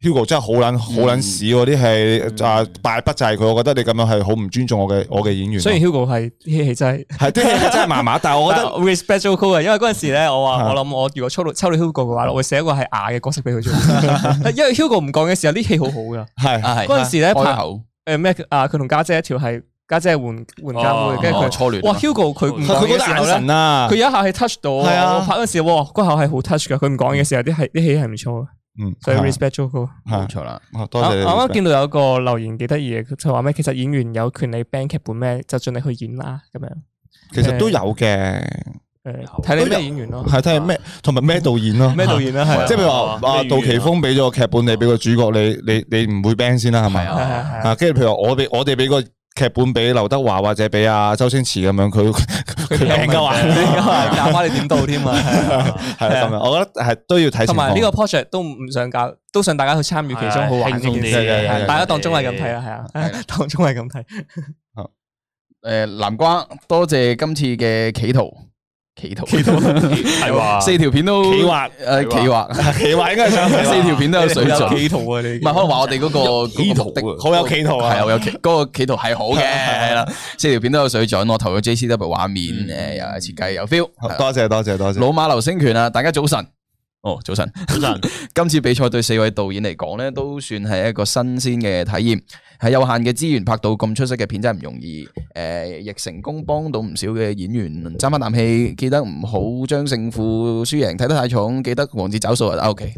Hugo 真係好撚好
嗯
撚屎喎！啲係啊敗筆就係佢，我覺得你咁樣係好唔尊重我嘅我嘅演員。啊
雖然 Hugo 係戲戲真係。
係啲嘢真係麻麻，但係我覺得
respect Jojo 啊，因為嗰陣時咧，我話
啊
我諗我如果抽到抽到 Hugo 嘅話，我會寫一個係啞嘅角色俾佢 做，因為 Hugo 唔講嘅時候啲戲好好噶。
係
啊係
嗰陣時咧
開
拍
口
誒咩啊，佢同家姐一條係家姐係換換家妹，跟住
哦
佢
初戀啊
哇 Hugo 佢唔講
佢嗰
嘢嘅
啲
時
眼
候咧，
神啊，
佢有一下係 touch 到我，
係啊
我拍嗰陣時，哇嗰下係好 touch 噶，佢唔講嘢嘅時候啲係啲戲係唔錯嘅，
嗯，
所以
係
respect 咗佢。
冇
係
錯啦。啊
哦
我
多謝你。
啱啱見到有個留言幾得意嘅，佢話咩？其實演員有權利 ban 劇本咩，就盡力去演啦咁樣。
其實都有嘅，
誒，睇你咩演員咯，啊
係睇係咩，同埋咩導演 咯。
咩導演啦，係啊
即係譬如話
哦
啊，
咩語言啊
杜琪 峰俾咗個劇本你，俾個主角你，你你唔會 ban 先啦，係咪
係
係係係
啊？跟住譬如話我俾我哋俾個劇本俾劉德華或者俾阿周星馳咁 樣，佢佢
佢
ban 噶
啊
嘛，
你咁打翻你點到添啊！係啊
係啦咁樣。我覺得係都要睇情
同埋呢個
況。
project 都唔想搞，都想大家去參與其中，好玩呢件事。
係係係
係
係
大家當中係咁睇啦，係
係
啊， 當中係咁睇。
诶，南瓜，多謝今次嘅企圖，企圖，企 圖，
系话
四條片都
企劃
诶，企劃，
企劃應該係想
四條片都有水準。
企圖啊你
唔係可能話我哋嗰個
企圖啊
嗰個目的
好有企圖啊
係好有企嗰個企圖係好嘅，
啊
係啦，四條片都有水準，我投咗 J C W 畫面，诶，又係設計有 feel，係啦
嗯多謝多謝多謝。
老馬流星拳啊，大家早晨。哦，早晨！
早晨，
今次比賽對四位導演嚟講咧，都算係一個新鮮嘅體驗。喺有限嘅資源拍到咁出色嘅片真係唔容易。誒、亦成功幫到唔少嘅演員爭翻啖氣。記得唔好將勝負輸贏睇得太重，記得王子找數啊。啊 OK，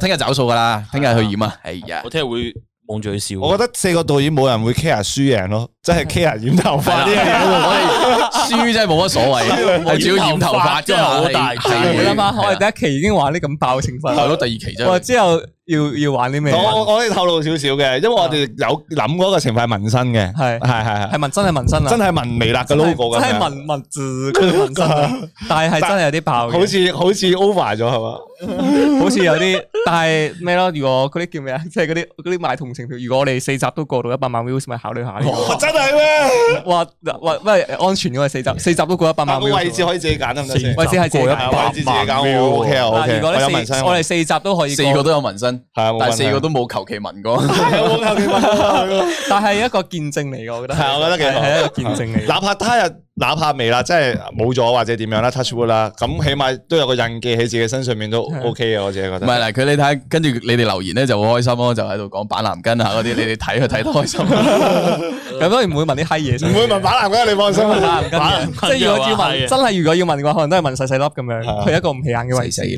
嗯
聽日找數㗎啦，聽日去演啊。係呀
我，聽日會望住佢笑。
我覺得四個導演冇人會 care 輸贏咯，即係 care 染頭髮呢樣 嘢。
嗯啊我哋輸真係冇乜所 謂，啊係主要染頭髮啫
真係
嘛。
好
啊
大
係
忌
你諗下，
係
啊我
啊
哋第一期已經玩啲咁爆嘅情況
係
啦，
咯，第二期
哇！
啫。
之後要要玩啲咩？啊
我我我哋透露少少嘅，因為我哋有諗嗰個情況係紋身嘅，
係
係係係
係紋真係紋身啊！
真係紋微辣嘅 logo 咁
真係
樣，
紋紋字佢紋 身啊！但係係真係有啲爆嘅，
好似好似 over 咗係嘛？
好似有啲，但係咩咯？如果嗰啲叫咩啊？ 即係嗰啲嗰啲賣同情票，如果我哋四集都過到一百萬 views，咪考慮下呢個。
真係咩？
哇哇喂，安全嘅四集，四集都過一百萬
但個
views 喎。
位置可以自己揀得唔得先？
位置係自己
過一
揀
係位
百
置自己
萬
揀，我 OK 啊
嗱，
，OK。
如果
我有
你
紋
四
身，
我哋四集都可以
四
過，
個都有紋身，
係啊，冇
但係
問題
四個都冇求其 紋過。
係我有幾問題
但係一個見證嚟嘅，我覺得
係啊我覺得幾好
係一個見證嚟嘅。
哪怕他日，哪怕未啦，即係冇咗或者點樣啦，touch wood 啦，咁起碼都有個印記喺自己身上面都 OK 嘅，我自己覺
唔
得。
係嗱，佢你睇下，跟住你哋留言咧就好開心咯，就喺度講板藍根啊嗰啲，你 哋睇佢睇得開心。
咁當然唔會問啲閪嘢先，
唔會問板藍根，你放心。
打藍根
打藍
嘅
根
即係如果要問，
嘅
真啊係如果要問嘅話，可能都係問細細粒咁樣，
係啊
佢一個唔起眼嘅位
細
置
細。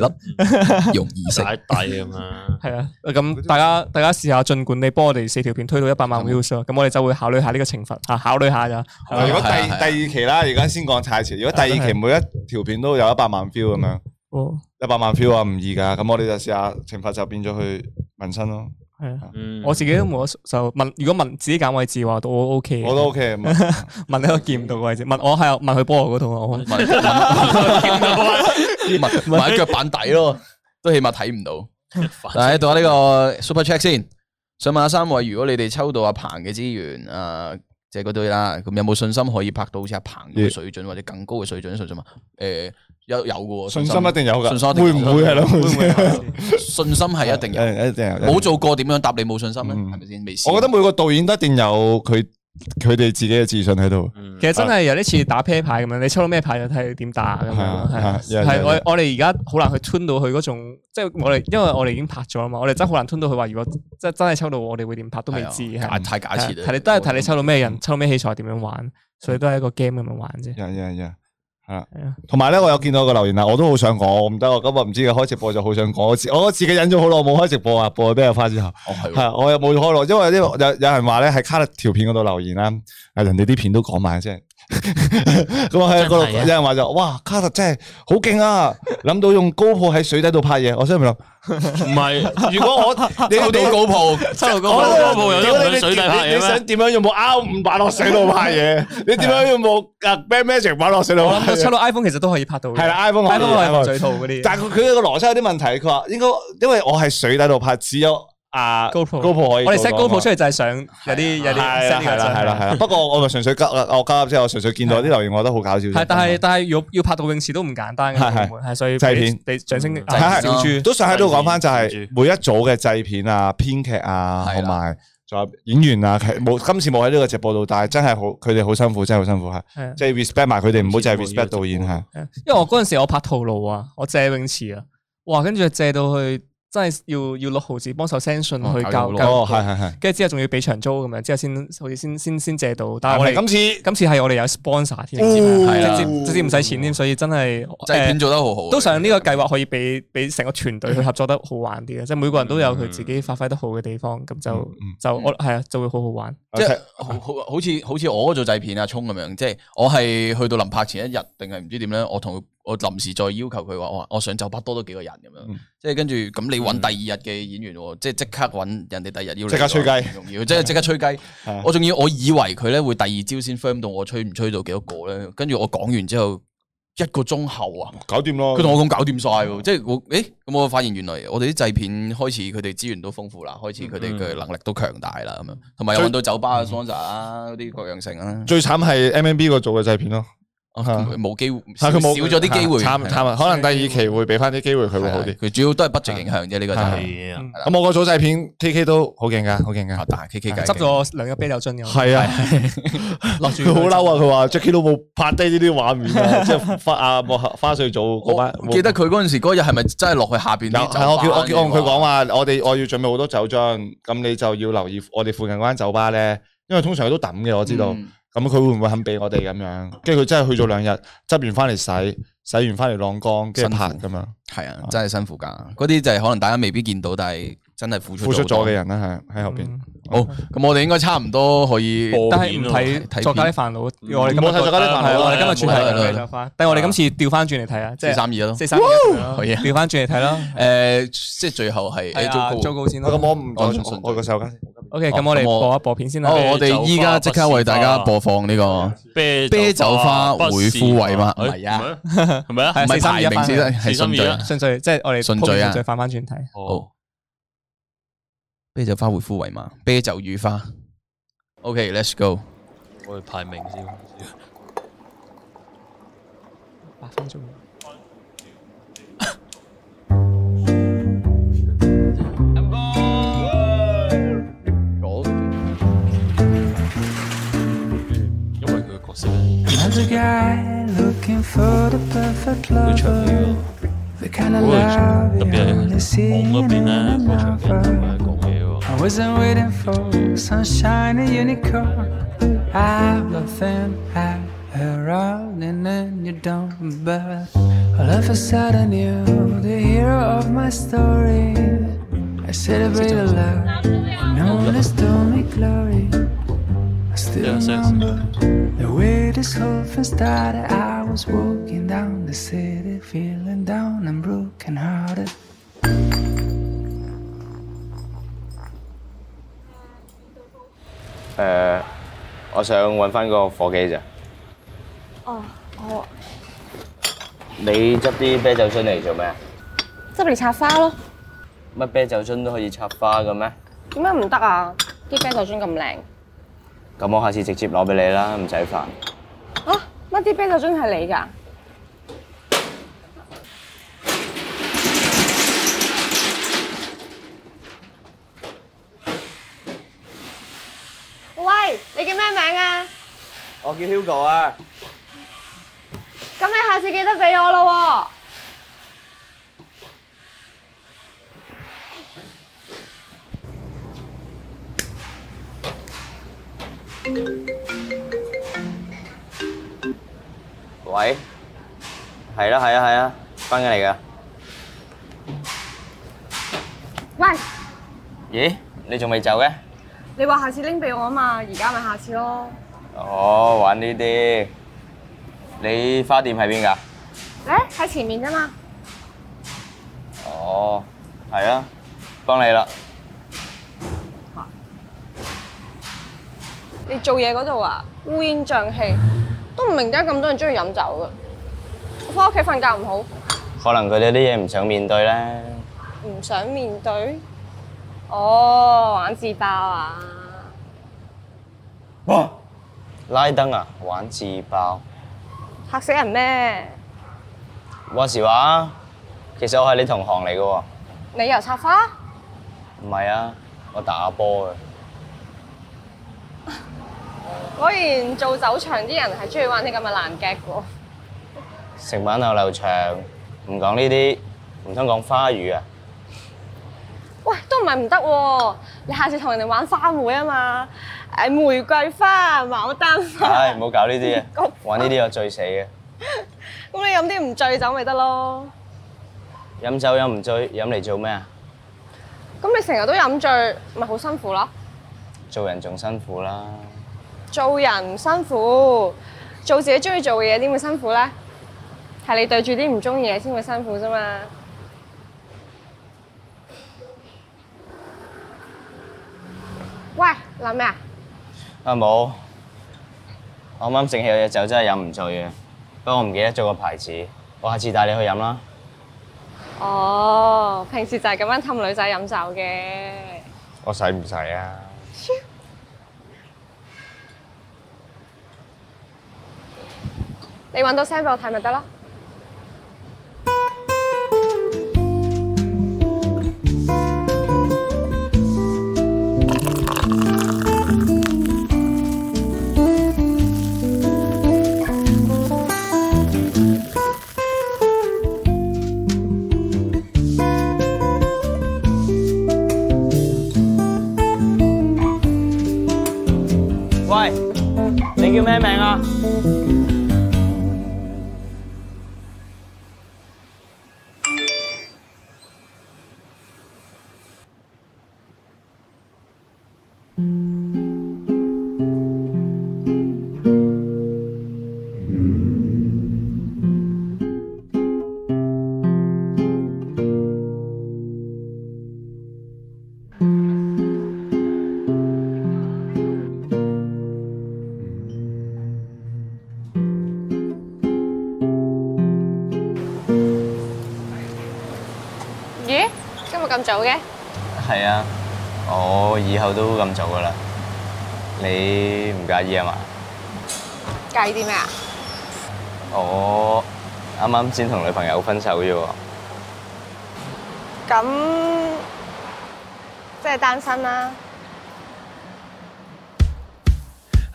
粒，容易食。
大底咁啊！
係啊，咁大家大家試下，儘管你幫我哋四條片推到一百萬 views 啊啦，咁我哋就會考慮下呢個懲罰啊，考慮下咋。
嗱如果第
係啊係啊
第二期啦，而家先講太遲。如果第二期每一條片都有一百萬 view 咁樣，
哦，
一百萬 view 啊唔易㗎。咁我哋就試下懲罰就變咗去紋身咯。
係啊，
嗯
我自己都冇得就問，如果問自己揀位置嘅話，都 O K
我都 OK 咁啊。
問呢個見唔到嘅位置，問我係問佢波羅嗰度啊，我
問問問問腳板底咯，都起碼睇唔到。但係到啊下呢個 super check 先，想問下三位，如果你哋抽到阿彭嘅資源，誒即係嗰堆啦，咁有冇信心可以拍到好似阿彭嘅水準或者更高嘅水準信心啊？誒有有嘅喎，
信心一定有㗎。
信心一定
會
有
唔會係啊咯？會唔會
信心係一定有。
一定有。
冇做過點樣答你冇信心咧？
嗯
係咪先？未試過
我覺得每個導演都一定有佢佢哋自己嘅自信喺度。
嗯
其實真係有啲似打啤牌咁樣，你抽到咩牌就睇你點打咁樣。
係啊係啊有
係
有
係
有
我我哋而家好難去 turn 到佢嗰種，即係我哋因為我哋已經拍咗啦嘛，我哋真係好難 turn 到佢話，如果真真係抽到我哋會點拍都未知。
係
係
啊假太假
係
設啦。
睇你都係睇你抽到咩人，抽到咩器材，點樣玩，所以都係一個 game 咁樣玩啫。
呀呀呀！係啦
係啊，
同埋咧，我有見到個留言啊，我都好想講，我唔得，我今日唔知嘅開直播就好想講，我自我自己忍咗好耐冇開直播啊，播咗俾阿花之後。
哦係喎
系，我又冇開落，因為呢個有有人話咧喺卡特條片嗰度留言啦，啊人哋啲片都講埋即係， 咁啊喺嗰度
真係啊
有人話就哇卡特真係好勁啊，諗到用高鋪喺水底度拍嘢，我心入面諗，
唔係，
如果我你
抽到
你
高鋪，
抽到
我
嗰個
高鋪有得
屌你
唔想水底拍嘢
你
咩
你想點樣用部 R 五擺落水度拍嘢？你點樣用部啊 Band Magic 擺落水度
啊我諗
拍
到抽
嘢？
到 iPhone 其實都可以拍到嘅。
係啦，iPhone 可以
iPhone 可以
，iPhone
防水套嗰啲。
但係佢佢有個邏輯有啲問題，佢話應該因為我係水底度拍，只有啊
高鋪
高鋪可以
我哋
做
set
到
高
啊嘛
普出嚟就係想有啲有啲
系啦
set 呢
系
個
啊啦
掣
系啦系啦，不過我咪純粹急我急即係我純粹見到啲留言，我覺得好搞笑。
啊係，但係但係要要拍到泳池都唔簡單嘅，
嗯係係
澳門係所以
製
俾
片
俾掌聲
係
啊
係
小豬
都想喺度講翻，就係
製
每一組嘅製片啊、編劇啊，
係啦
同埋仲有演員啊，係冇今次冇喺呢個直播度，但係真係好，佢哋好辛苦，真係好辛苦，係
係啊
即係 respect 埋佢哋，唔好淨係
今次冇呢個
respect 導演
直播
係。
啊因為我嗰陣時我拍套路啊，我借泳池啊，哇，跟住借到去真係要要六毫子幫手 send 信
哦
去
搞咗
教
好耐
教
哦，
育
系
局，
系系。
跟住之後仲要俾長租咁樣，之後先好似先先先借到。但
但
係
我
我
哋
哋
今次
今次係我哋有 sponsor 添，直
啊係啦
接直接唔使錢添，所以真係
製片
誒
做得好啊好，
都想呢個計劃可以俾俾成個團隊去合作得好玩啲嘅，即係每個人都
嗯
有佢自己發揮得好嘅地方，咁就
嗯
就我係啊就會好好玩。
即係好好好似好似我做製片阿啊聰咁樣，即係我係去到臨拍前一日定係唔知點咧，我同佢我臨時再要求佢話，我話我想酒吧多咗幾個人咁樣
嗯，
即係跟住咁你揾第二日嘅演員喎，即係即刻揾人哋第二日要嚟
即刻吹雞
喎，唔容易，即係即 刻吹雞
啊。
我仲要我以為佢咧會第二朝先 firm 到我吹唔吹到幾多個咧，跟住我講完之後一個鐘後啊。
搞掂咯。
佢同我咁搞掂晒喎，即係我誒咁我發現原來我哋啲製片開始佢哋資源都豐富啦，開始佢
嗯
哋嘅能力都強大啦咁樣，同埋又揾到酒吧嘅 sponsor 啊，嗰啲各樣性啊，
最慘係 M M B 個做嘅製片咯，
啊
係
冇機會
係
少
佢冇
咗啲機會，
慘慘啊！可能第二期會俾翻啲機會佢會好
係
啲。
佢主要都係 budget 影響啫，呢個就係
係啊，
咁我個組製片 K K 都好勁噶，好勁
啊
噶。
大 K K 計
執咗兩個啤酒樽嘅，
係啊，
落住
佢好嬲啊！佢話 Jackie 都冇拍低呢啲畫面 啊， 即係花啊幕後花絮組嗰班。
我記得佢嗰陣時嗰日係咪真係落去下邊
有
啲酒
係我
吧
叫我叫我同佢
嘅話
講話，我哋我要準備好多酒樽，咁你就要留意我哋附近嗰間酒吧咧，因為通常佢都抌嘅，我知道。
嗯
咁佢會唔會肯俾我哋咁樣？跟住佢真係去咗兩日，執完翻嚟洗，洗完翻嚟晾乾，跟住拍
辛
咁樣，
係啊，真係辛苦㗎，嗰啲就係可能大家未必見到，但係真係付出
付出咗嘅
嘅。
人啊啦，係喺後邊。
嗯
好，咁我哋應該差唔多可以。
播
但係唔
片啊嗯咯睇
睇作家啲煩惱，我哋
唔好睇作家啲煩惱
係啊
啦
我哋今日
唔
全
好
係
啊睇啦
咁樣翻，但係我哋今次調翻轉嚟睇啊，即
四
係
三二咯，
四三二
可以啊
調翻轉嚟睇啦。
诶，即係最後係
係啊，糟
Angel Go
糕先啦。
咁我唔
我
再我我個手間
OK，
哦
咁我哋
咁我
播一播片先啦。
好，
啤酒
我哋依家即刻為大家播放呢個
啤
啊
啤酒花
不是
會枯萎嗎
哎
唔係啊
係咪啊？
係
唔係
四三二
排
一
名先
翻
係順
四三二
序
一。
順序，即係我哋
順序啊哦
鋪順序翻翻轉睇。
好，啤酒花回枯萎嘛？啤酒與花。OK，let's go。
我哋排名先。
八分鐘。
因為佢嘅角色咧，
I'm the guy looking for the perfect lover. The kind of
嗰個特
love you
別
only
係
see
網
in
嗰邊咧，個長鏡同埋
another.
講嘢喎。
I wasn't waiting for sunshine and unicorn. I love them around and then you don't. But all of a sudden you're the hero of my story. I celebrate a love no one has told me glory. I still
Yes, yes.
remember the way this whole thing started. I was walking down the city, feeling down and broken hearted.
誒、我想揾翻個伙計咋。
哦，我
你執啲啤酒樽嚟做咩啊？
執嚟插花咯，
乜啤酒樽都可以插花嘅咩？
點解唔得啊？啲啤酒樽咁靚
咁我下次直接攞俾你啦，唔使煩。
啊！乜啲啤酒樽係你㗎？喂，你叫咩名啊？
我叫 Hugo 啊，
咁你下次記得俾我咯
喂，係啦係啦係啦，翻緊嚟㗎。
喎。喂，
咦？你仲未走嘅？
你話下次拎俾我啊嘛，而家咪下次咯。
哦，玩呢啲。你花店喺邊㗎？
誒、喺前面啫嘛。
哦，係啊，幫你啦。
你做嘢嗰度啊，烏煙瘴氣，都唔明點解咁多人中意飲酒嘅。我翻屋企瞓覺唔好，
可能佢哋啲嘢唔想面對咧。
唔想面對。哦，玩自爆啊！
哇！拉登啊，玩自爆。
嚇死人咩？
話時話，其實我係你同行嚟嘅喎。
你又插花？
唔係啊，我打波嘅。
果然做酒場啲人係中意玩啲咁嘅爛 gag 喎。
食晚流流長，唔講呢啲，唔通講花語啊？
喂，都唔係唔得喎，你下次同人哋玩花會啊嘛，誒玫瑰花、牡丹花
唉，，唔好搞呢啲嘢
菊花，
玩呢啲就最死嘅。
咁你飲啲唔醉酒咪得咯。
飲酒飲唔醉，飲嚟做咩啊？
咁你成日都飲醉，咪好辛苦咯。
做人仲辛苦啦。
做人唔辛苦，做自己中意做嘅嘢點會辛苦呢？係你對住啲唔中意嘅先會辛苦啫嘛。喂，諗咩啊？
啊冇，我啱啱醒起有隻酒真係飲唔醉嘅，不過我唔記得咗個牌子，我下次帶你去飲啦。
哦，平時就係咁樣氹女仔飲酒嘅。
我使唔使啊？
你揾到聲俾我睇咪得咯。
喂，你叫咩名啊？
咦？今日咁早嘅？
係啊，我以後都咁做噶啦。你唔介意啊嘛？
計啲咩啊？
我啱啱先同女朋友分手啫喎。
咁即係單身啦。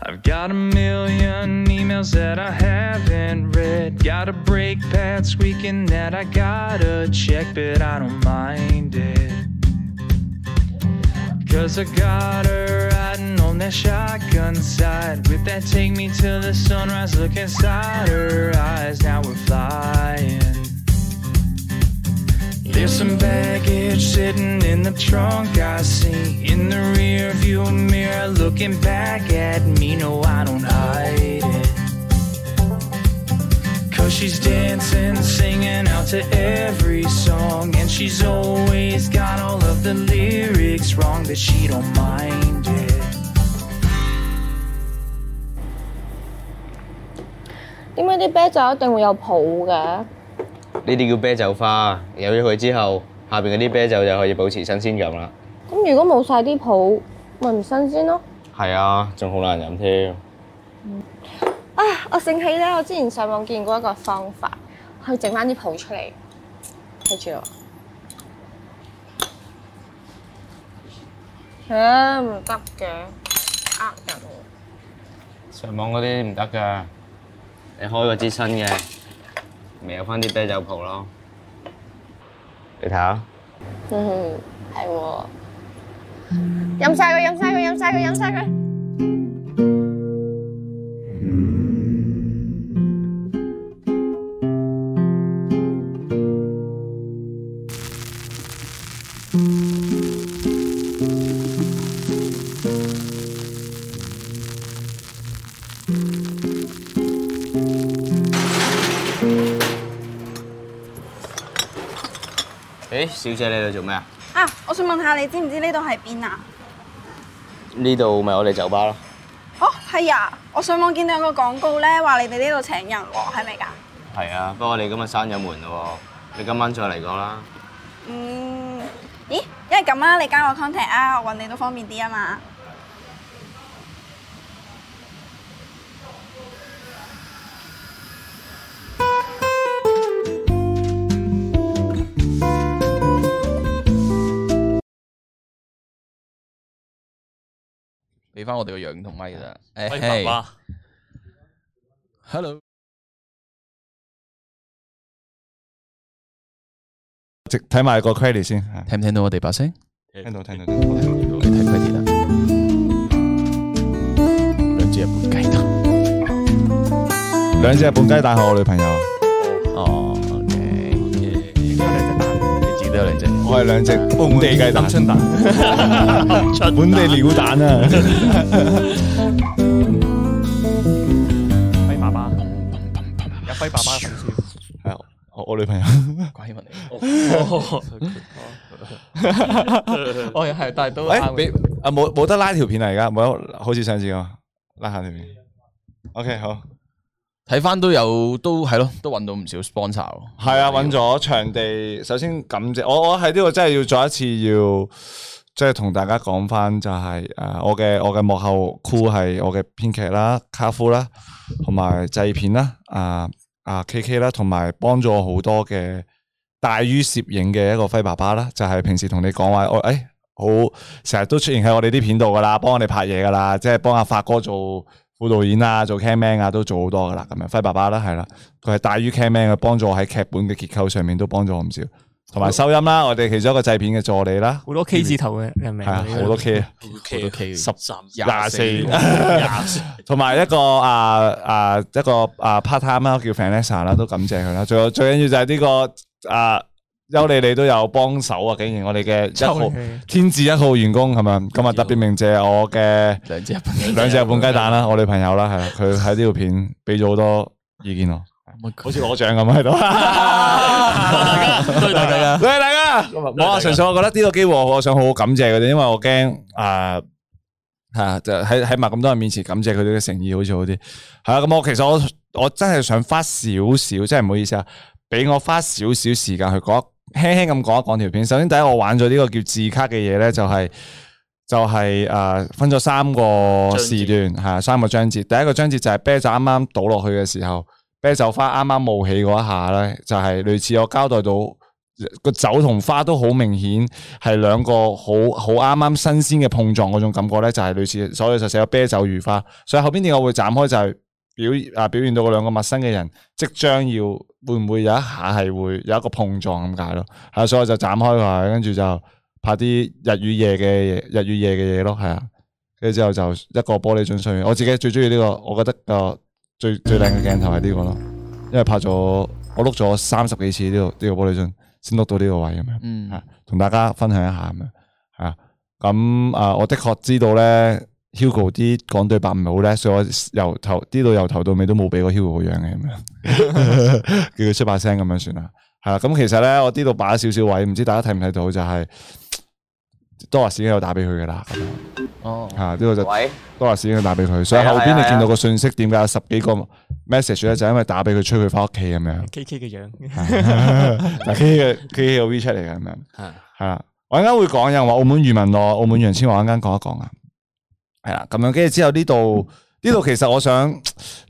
I've got a million emails that I haven't read. Got a brake pad squeaking that I gotta check, but I don't mind it. Cause I got her riding on that shotgun side. With that take me till the sunrise look inside her eyes. Now we're flying. There's some baggage sitting in the trunk I see In the rear view mirror looking back at me No, I don't hide it Cause she's dancing, singing out to every song And she's always got all of the lyrics wrong But she don't mind it
點解啲啤酒一定會有泡嘅？
呢啲叫啤酒花，有咗佢之後，下邊嗰啲啤酒就可以保持新鮮感啦。
咁如果冇晒啲泡，咪唔新鮮咯。
係啊，仲好難飲添。
啊！我醒起咧，我之前上網見過一個方法，去整翻啲泡出嚟。睇住我。啊，唔得嘅，呃人喎。
上網嗰啲唔得㗎，你開個支新嘅，咪有翻啲啤酒鋪咯。你睇下，
嗯，係喎。飲晒佢，飲晒佢，飲晒佢，飲晒佢。
誒，小姐你喺度做咩啊？
啊，我想問下你知唔知呢度係邊啊？
呢度咪我哋酒吧咯。
哦，係啊，我上網見到有個廣告咧，話你哋呢度請人喎，係咪㗎？
係啊，不過你今日閂咗門咯喎，你今晚再嚟講啦。
嗯，咦，因為咁啊，你加我 contact 啊，我揾你都方便啲啊嘛。
俾翻我哋個樣同咪啦。
喂，
誒
爸爸，
，hello，
直睇埋個 credit 先，係
聽唔聽到我哋把聲？
聽到聽到聽到。聽到
睇快啲啦，兩隻日本雞蛋。
兩隻日本雞蛋係我女朋友，
哦，OK，你自己都有兩隻。
我係兩隻本地雞蛋，春蛋， 本地鳥蛋啊！
輝爸爸，有輝爸爸嘅故事。
係啊我我女 朋友，
怪問 你，
哦，係，但係都啱
誒，
嘅
俾啊冇冇得拉條片啊！而家冇得，好似上次咁拉下條片。OK，好，
睇翻都有，都係咯，都揾到唔少 sponsor 喎。
係啊，揾咗場地，首先感謝我，我喺呢度真係要再一次要，即係同大家講翻就係、誒、我嘅我嘅幕後 crew 係我嘅編劇啦、卡夫啦，同埋製片啦，啊啊 K K 啦，同埋幫咗我好多嘅大於攝影嘅一個輝爸爸啦，就係、平時同你講話我誒。好成日都出現喺我哋啲片度噶啦，幫我哋拍嘢噶啦，即係幫阿發哥做副導演啊，做 camman 啊，都做好多噶啦，咁樣輝爸爸啦，係啦，佢係大於 camman 嘅，幫助我喺劇本嘅結構上面都幫咗我唔少，同埋收音啦，我哋其中一個製片嘅助理啦，
好多 K 字頭嘅人名
係啊，好多 K 啊。
，K K 十三
廿四
廿四，
同埋一個啊啊一個啊 part time 啦，叫 Vanessa 啦，都感謝佢啦。仲有最緊要就係呢、個啊優利你都有幫手啊！竟然我哋嘅一號
抽你
天字一號員工係咪？今啊日特別鳴謝我嘅
兩隻日本
兩隻日本雞蛋啦，我女朋友啦，係啦，佢喺呢條片俾咗好多意見我，好似攞獎咁喺度。
對大家，
嚟大家，我啊純粹我覺得呢個機會，我想好好感謝佢哋，因為我驚啊啊，就喺喺埋咁多人面前感謝佢哋嘅誠意，好似好啲。係啊，咁我其實我我真係想花少少，真係唔好意思啊，俾我花少少時間去講，輕輕咁講一講條片。首先第一，我玩咗呢個叫字卡嘅嘢咧，就係、就係、诶分咗三個時段，係啊三個章節。第一個章節就係啤酒啱啱倒落去嘅時候，啤酒花啱啱冒起嗰一下咧，就係、類似我交代到。個酒同花都好明顯係兩個好好啱啱新鮮嘅碰撞嗰種感覺咧，就係、類似，所以就寫咗啤酒與花。所以後邊點解會斬開就係表啊表現到嗰兩個陌生嘅人即將要會唔會有一下係會有一個碰撞咁解咯，係啊，所以我就斬開佢，跟住就拍啲日與夜嘅嘢，日與夜嘅嘢咯，係啊，跟住之後就一個玻璃樽碎，我自己最中意呢個，我覺得個最最靚嘅鏡頭係呢個咯，因為拍咗我碌咗三十幾次呢、個呢、個玻璃樽先碌到呢個位咁樣。
嗯
啊，同大家分享一下咁樣啊。咁啊，我的確知道咧，Hugo 啲講對白唔係好叻，所以我由頭呢度由頭到尾都冇俾過 Hugo 個樣嘅咁樣，叫佢出把聲咁樣算啦。係啦，咁其實咧，我呢度擺咗少少位，唔知大家睇唔睇到就係、多華已經有打俾佢噶啦，咁樣
哦，
嚇啊呢度就
喂，
多華已經有打俾佢，所以
係啊
後邊
係
你
啊
見到個信息點解有十幾個 message 咧，就因為打俾佢催佢翻屋企咁 樣。
K K 嘅樣，
但佢嘅佢嘅 WeChat 嚟嘅咁樣，係啦。我一間會講有人話澳門漁民咯，澳門楊千嬅一間講一講啊。係啦，咁樣跟住之後呢度
嗯
呢度其實我想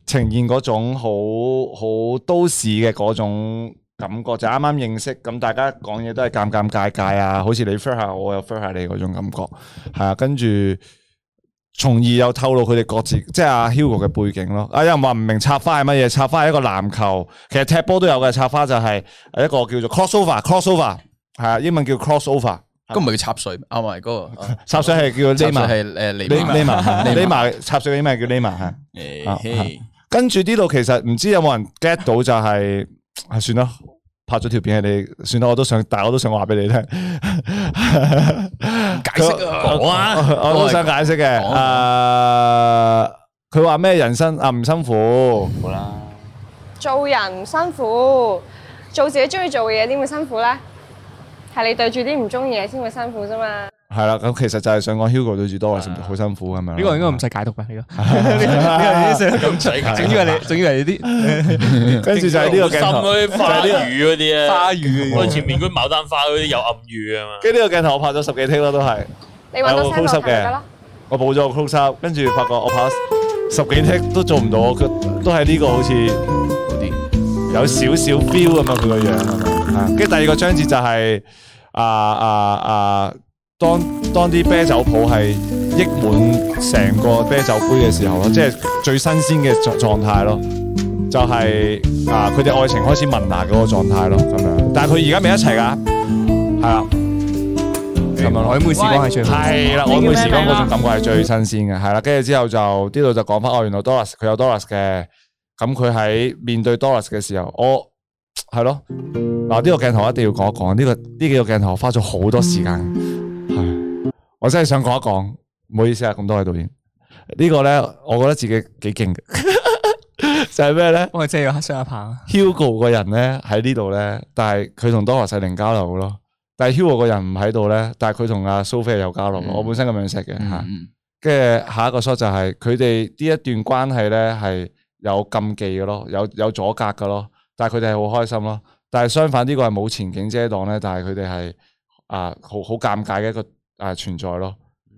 呈現嗰種好好都市嘅嗰種感覺，就啱啱認識，咁大家講嘢都係尷尷尬尬啊，好似你 friend 下我，又 friend 下你嗰種感覺，係啊，跟住。從而又透露佢哋各自，即係阿 Hugo 嘅背景咯。啊，有人話唔明插花係乜嘢？插花係一個籃球，其實踢波都有嘅。插花就係一個叫做 crossover，crossover 係啊，英文叫 crossover。
咁唔係叫插水啊？唔係嗰個啊
插水係叫
插
l
水
e
係誒嚟
l e m a l e
嚟
m a 插水嘅英文叫 l e m a 係。啊
誒，
跟住呢度其實唔知有冇人 get 到就係、係算啦，拍咗條片係你算啦，我都想，但係我都想話俾你聽，解
釋啊
講啊
我都想解釋嘅。
講
誒，佢話咩人生啊唔辛苦，
好啦，
做人唔辛苦，做自己中意做嘅嘢點會辛苦呢？係你對住啲唔中意嘅先會辛苦啫嘛。
係啦，咁其實就係想講 Hugo 對住多係好辛苦咁樣。
呢個應該唔使解讀㗎，呢個呢個已經寫得咁
咁
總以 為你，總以為你啲
跟住就係呢個
心
鏡頭。
嗰啲花語嗰啲啊，
花語
我前面嗰啲牡丹花嗰啲有暗語啊嘛。
跟住呢個鏡頭我拍咗十幾 t 啦，都係。
你揾到 friend
有 close
落嚟
up 嘅
得咯。
我補咗個 close up，跟住發覺我拍十幾 tick 都做唔到，佢都係呢個好似有少少 feel 咁啊，佢個樣啊，跟住第二個章節就係、啊啊啊，當當啲啤酒鋪係溢滿成個啤酒杯嘅時候咯，即係最新鮮嘅狀狀態咯。就係、啊，佢哋愛情開始萌芽嗰個狀態咯，咁樣。但係佢而家未一齊㗎，係啦。誒、咁樣咯
曖。昧時光係最好。
係啦，我每時光嗰種感覺係最新鮮嘅，係啦。跟住之後就呢度就講翻，哦，原來 Doris 佢有 Doris 嘅，咁佢喺面對 Doris 嘅時候，我係咯，嗱呢個鏡頭一定要講一講，呢個呢幾個鏡頭我花咗好多時間，係我真係想講一講，唔好意思啊，咁多位導演，呢個咧我覺得自己幾勁嘅， 就係咩咧
幫佢遮咗雙下巴。
？Hugo 個人咧喺呢度咧，但係佢同 Doris 係零交流嘅咯。但係 Hugo 個人唔喺度咧，但係佢同阿蘇菲係有交流嘅。
嗯
我本身咁樣識嘅吓。
嗯
跟住下一個 shot 就係佢哋呢一段關係咧係有禁忌嘅咯，有有阻隔嘅咯，但係佢哋係好開心咯。但係相反呢個係冇前景遮擋咧，但係佢哋係啊好好尷尬嘅一個啊存在咯。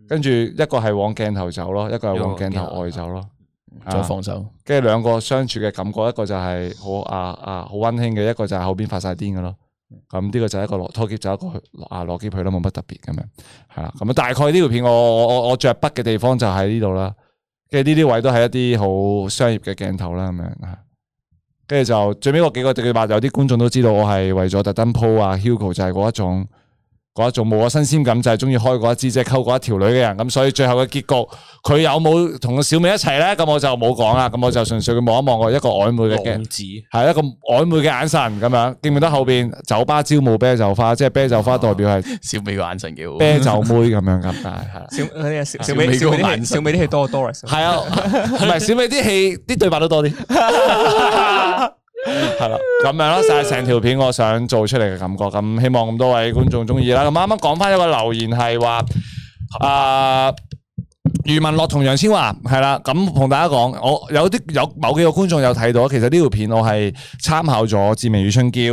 跟住一個係往鏡頭走嗯咯，一個係往鏡頭外走咯。
再
啊
放手，
跟住兩個相處嘅感覺，一個就係好啊啊好温馨嘅，一個就係後邊發晒癲嘅咯。
嗯
咁呢個就係一個落拖劫，就一個去啊落劫去啦，冇乜特別咁樣，係啦。咁啊大概呢條片我我我我着筆嘅地方就喺呢度啦。跟住呢啲位都係一啲好商業嘅鏡頭啦，咁樣嚇。跟住就最尾嗰幾個對白，有啲觀眾都知道我係為咗特登鋪啊 Hugo 就係嗰一種嗰一種冇咗新鮮感，就係中意開嗰一支即係溝嗰一條女嘅人。咁所以最後嘅結局，佢有冇同個小美一齊咧？咁我就冇講啦。咁我就純粹佢望一望我一個曖昧嘅鏡
浪子
係一個曖昧嘅眼神咁樣，記唔記得後邊酒吧招募啤酒花，即係啤酒花代表係
哦 小美個眼神幾好，
啤酒妹咁樣咁，但係
小嗰啲
啊
小小
小
美
美
小美
嗰個
啲
眼
戲
神
小美啲戲多過 Doris。
係啊，唔係小美啲戲啲對白都多啲，係啦，咁樣咯，就係成條片我想做出嚟嘅感覺，咁希望咁多位觀眾中意啦。咁啱啱講翻一個留言係話啊。余文樂同楊千嬅係啦，咁同大家講，我有啲有某幾個觀眾有睇到，其實呢條片我係參考咗《志明與春嬌》，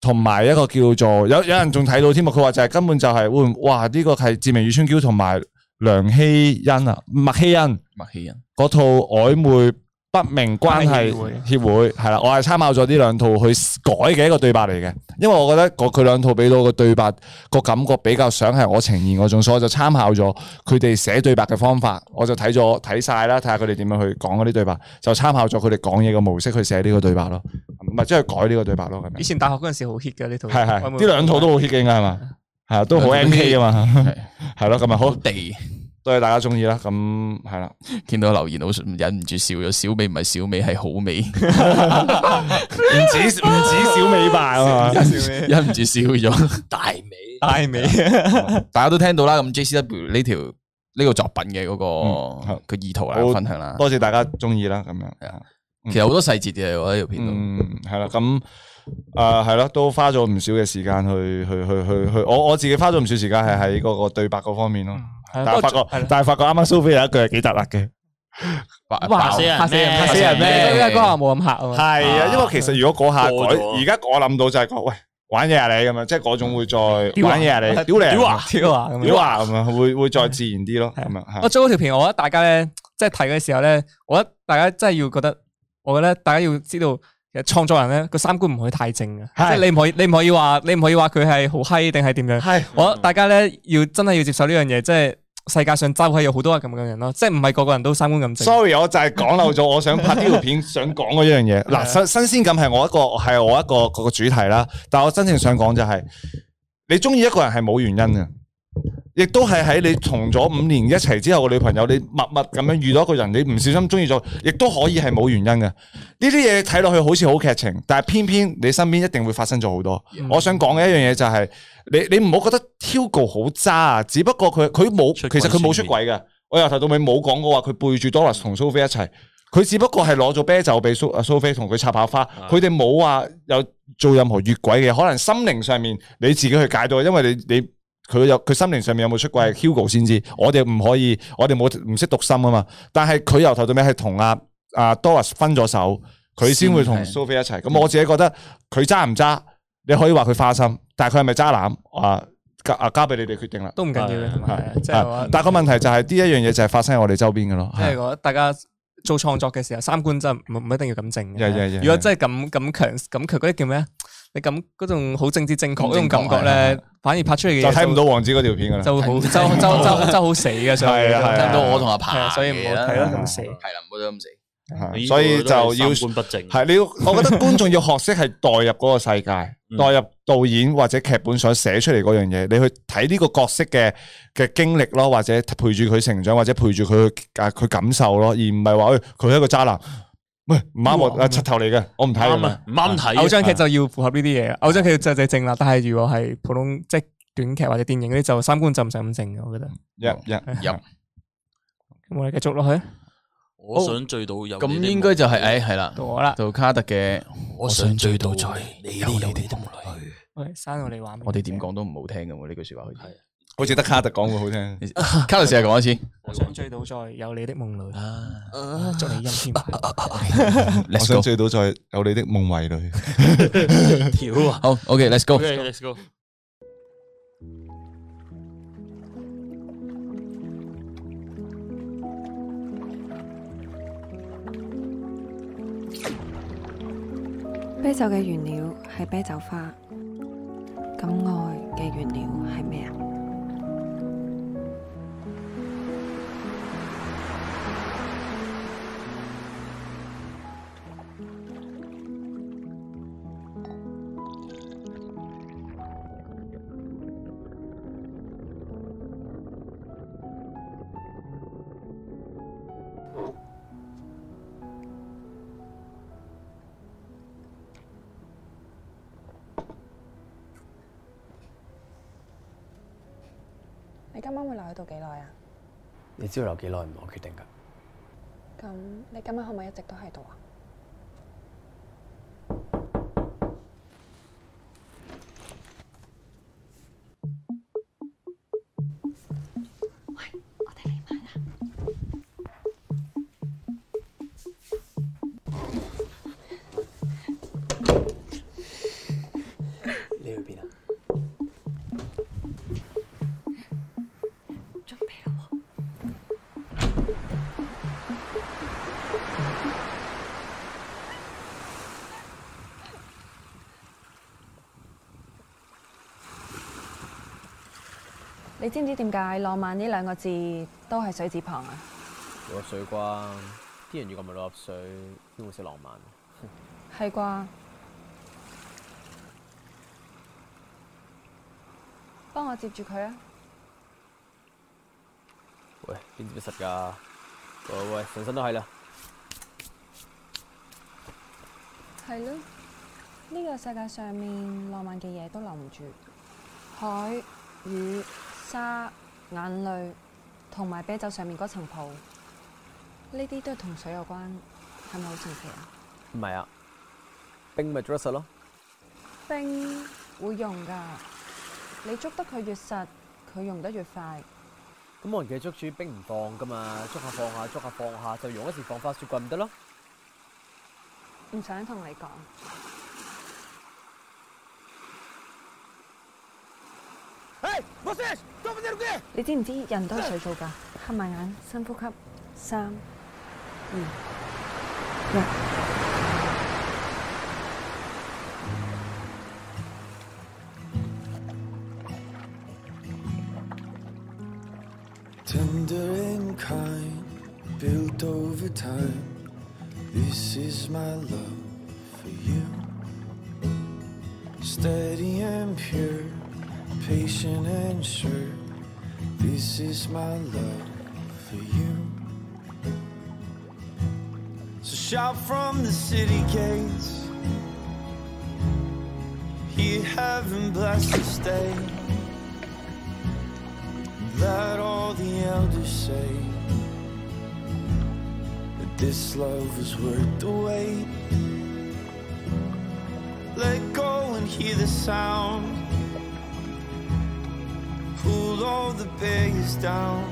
同埋一個叫做有有人仲睇到添啊，佢話就係根本就係、會唔哇呢、個係《志明與春嬌》同埋梁希欣啊麥希欣
默契人，
嗰套曖昧不明關係協會係啦，我係參考咗呢兩套去改嘅一個對白嚟嘅，因為我覺得嗰佢兩套俾到個對白個感覺比較想係我呈現嗰種，所以我就參考咗佢哋寫對白嘅方法，我就睇咗睇晒啦，睇下佢哋點樣去講嗰啲對白，就參考咗佢哋講嘢嘅模式去寫呢個對白咯，唔係即係改呢個對白咯咁
以
樣。
前大學嗰陣時好 hit 嘅呢套，
係係，
我有冇
呢兩套都好 hit 嘅應該係嘛？係啊，都好 M K 啊嘛，係咯，咁啊好，
地
多謝大家中意啦，咁係啦。
見到留言好忍唔住笑咗，小美唔係小美係好美，
唔止唔止小美吧啊嘛，
忍唔住笑咗。
大美。
大美
大家都聽到啦，咁 JCW 呢條呢個作品嘅嗰個佢意圖啦，
好
分享啦，
多謝大家中意啦，咁樣，
其實好多細節嘅，我覺得呢條片度。
嗯，係啦，咁啊係咯，都花咗唔少嘅時間去去去去去，我我自己花咗唔少時間係喺嗰個對白嗰方面咯，但係發覺但係發覺啱啱蘇菲有一句係幾突兀嘅，
白
哇
嚇死人
嚇死人
咩
嚇
嚇死人咩
因為嗰下冇咁嚇啊嘛。
係啊，因為其實如果嗰下
過
改，
咗
而家我諗到就係講喂玩嘢啊你咁樣，即係嗰種會再玩嘢啊你，屌你啊
屌啊
跳啊咁樣
屌啊咁樣，會會再自然啲咯，咁樣係
我租嗰條片，我覺得大家咧，即係睇嘅時候咧，我覺得大家真係要覺得，我覺得大家要知道，其實創作人咧個三觀唔可以太正嘅，即
係
係你唔可以，你唔可以話，你唔可以話佢係好閪定係點樣。
係
我覺得大家咧要真係要接受呢樣嘢，即係世界上周係有好多係咁嘅人咯，即係唔係個個人都三觀咁正。
Sorry，我就啊係講漏咗，我想拍呢條片想講嗰樣嘢。嗱，新新鮮感係我一個係我一個個主題啦，但我真正想講就係、你中意一個人係冇原因嘅，亦都係喺你同咗五年一齊之後個女朋友，你默默咁樣遇到一個人，你唔小心中意咗，亦都可以係冇原因嘅。呢啲嘢睇落去好似好劇情，但係偏偏你身邊一定會發生咗好多。我想講嘅一樣嘢就係、你你唔好覺得 Hugo 好渣啊，只不過佢佢冇，
出軌
其實佢冇出軌嘅。我由頭到尾冇講過話佢背住 Doris 同蘇菲一齊，佢只不過係攞咗啤酒俾蘇啊蘇菲同佢插下花，佢哋冇話有做任何越軌嘅，可能心靈上面你自己去解到，因為你你。佢有佢心靈上面有冇出軌係 Hugo 先知，我哋唔可以，我哋冇唔識讀心啊嘛。但係佢由頭到尾係同阿阿 Doris 分咗手，佢先會同
先係
蘇菲一齊。
嗯
咁我自己覺得佢渣唔渣，你可以話佢花心，但係佢係咪渣男啊？交啊交俾你哋決定啦。
都唔緊要嘅，同埋即係我
啊但係個問題就係呢一樣嘢就係發生喺我哋周邊嘅咯。
即係我覺得大家做創作嘅時候，三觀真係唔唔一定要咁正
係係係
嘅。如果真係咁咁強咁強嗰啲叫咩啊？你咁嗰種好政治正確嗰種感覺
係係
咧，反而拍出嚟嘅
就
嘢
睇唔到王子嗰條片噶啦。
就會好就就就就好死嘅，所以
係啊係啊
聽到我同
係
阿鵬
啊
嘅，
所以唔好睇啦咁死
係啦，唔好睇咁死。
係所以就要
三觀不正。
係你要，我覺得觀眾要學識係代入嗰個世界，
嗯
代入導演或者劇本想寫出嚟嗰樣嘢，你去睇呢個角色嘅嘅經歷咯，或者陪住佢成長，或者陪住佢去啊佢感受咯，而唔係話誒佢係一個渣男，喂唔啱我啊柒頭嚟嘅，我唔睇
啱
啦
啊，。唔啱睇啊。
偶像劇就要符合呢啲嘢，偶像劇就就係正啦。但係如果係普通即係短劇或者電影嗰啲，就三觀就唔使咁正嘅，我覺得。
一一
入
咁我哋繼續落去，啊
我想醉到有
咁應該就係誒係啦，
到我啦。
到卡特嘅，
我想醉到醉，你有你哋都冇淚。
喂，刪我哋畫面。
我哋點講都唔好聽嘅喎，呢句説話好似
好似得卡特講會好 聽。
卡特試下講一次
我想追到在有你的夢裏，祝你陰天快樂。
我
，Let's
想
go，
醉到在有你的夢遺裏。
屌啊
好，OK，Let's go。
！OK，let's go。
啤酒嘅原料係啤酒花，咁愛嘅原料係咩啊？你今晚會留喺度幾耐啊？
你知道留幾耐唔係我決定㗎，
咁你今晚可唔可以一直都喺度啊？
你去邊啊？
準備啦喎！你知唔知點解浪漫呢兩個字都係水字旁啊？
冇入水啩？啲人如果唔係落入水，邊會識浪漫？
係啩？幫我接住佢啊！
喂，邊知不實㗎？喂喂，成身都係啦，
係咯，呢個世界上面浪漫嘅嘢都留唔住，海、雨、沙、眼淚，同埋啤酒上面嗰層泡，呢啲都係同水有關，係咪好神奇啊？
唔係啊，冰咪捉得實咯。
冰會溶㗎，你捉得佢越實，佢溶得越快。
咁冇人記捉住冰唔放㗎嘛，捉下放下，捉下放下，就用一時放花雪櫃唔得咯。
唔想同你講，你知唔知人都係水做㗎？合埋眼，深呼吸，三、二、一。
Tender and kind, built over time. This is my love for you. Steady and pure, patient and sure. This is my love for you. So shout from the city gates. Here, heaven bless this day that all the elders say that this love is worth the wait. Let go and hear the sound. Pull all the barriers down.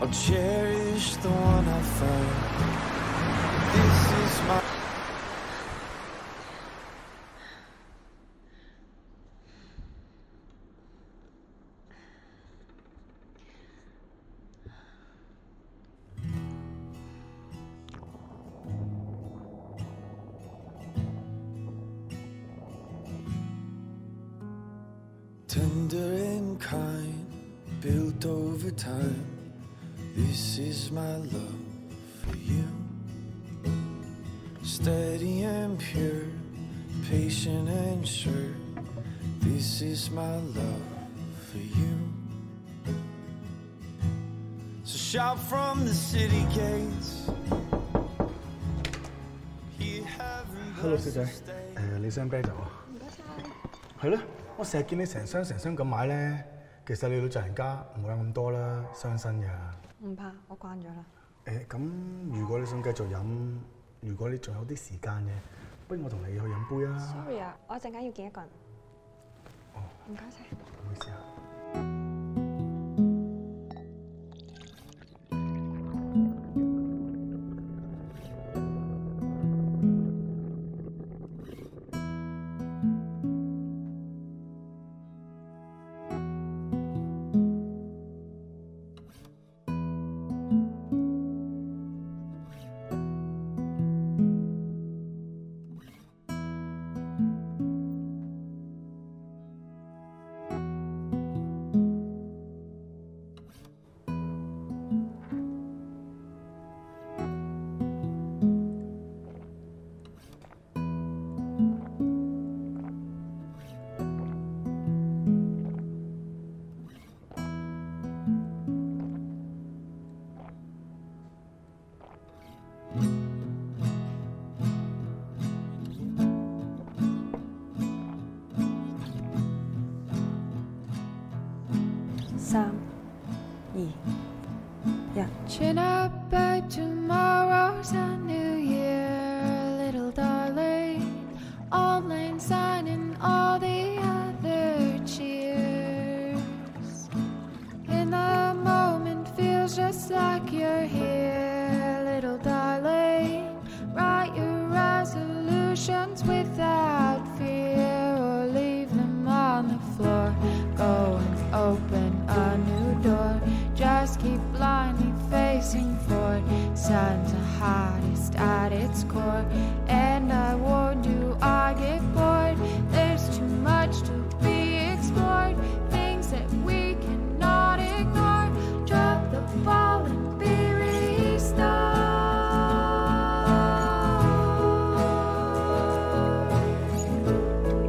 I'll cherish the one I found. This is my. Steady and pure, patient and sure. This is my love for you. So shout from the city gates. Here heaven
Hello，小姐，誒、你想啤酒啊？
唔該晒。
係咯，我成日見你成箱成箱咁買咧，其實你老人家唔好飲咁多啦，傷身㗎。
唔怕，我慣咗啦。
誒、咁如果你想繼續飲，如果你仲有啲時間嘅，不如我同你去飲杯啊。
Sorry 啊，我陣間要見一個人。唔該晒。
唔好意思啊。
三、二、一。
Chin up by tomorrow's a new year, little darling. All plain sign and all the other cheers. In the moment feels just like you're here, little darling. Write your resolutions without fear or leave them on the floor. Go and open a new door. Just keep blindly facing forward. Sun's the hottest at its core. And I warned you, I get bored. There's too much to be explored. Things that we cannot ignore. Drop the ball and be restored.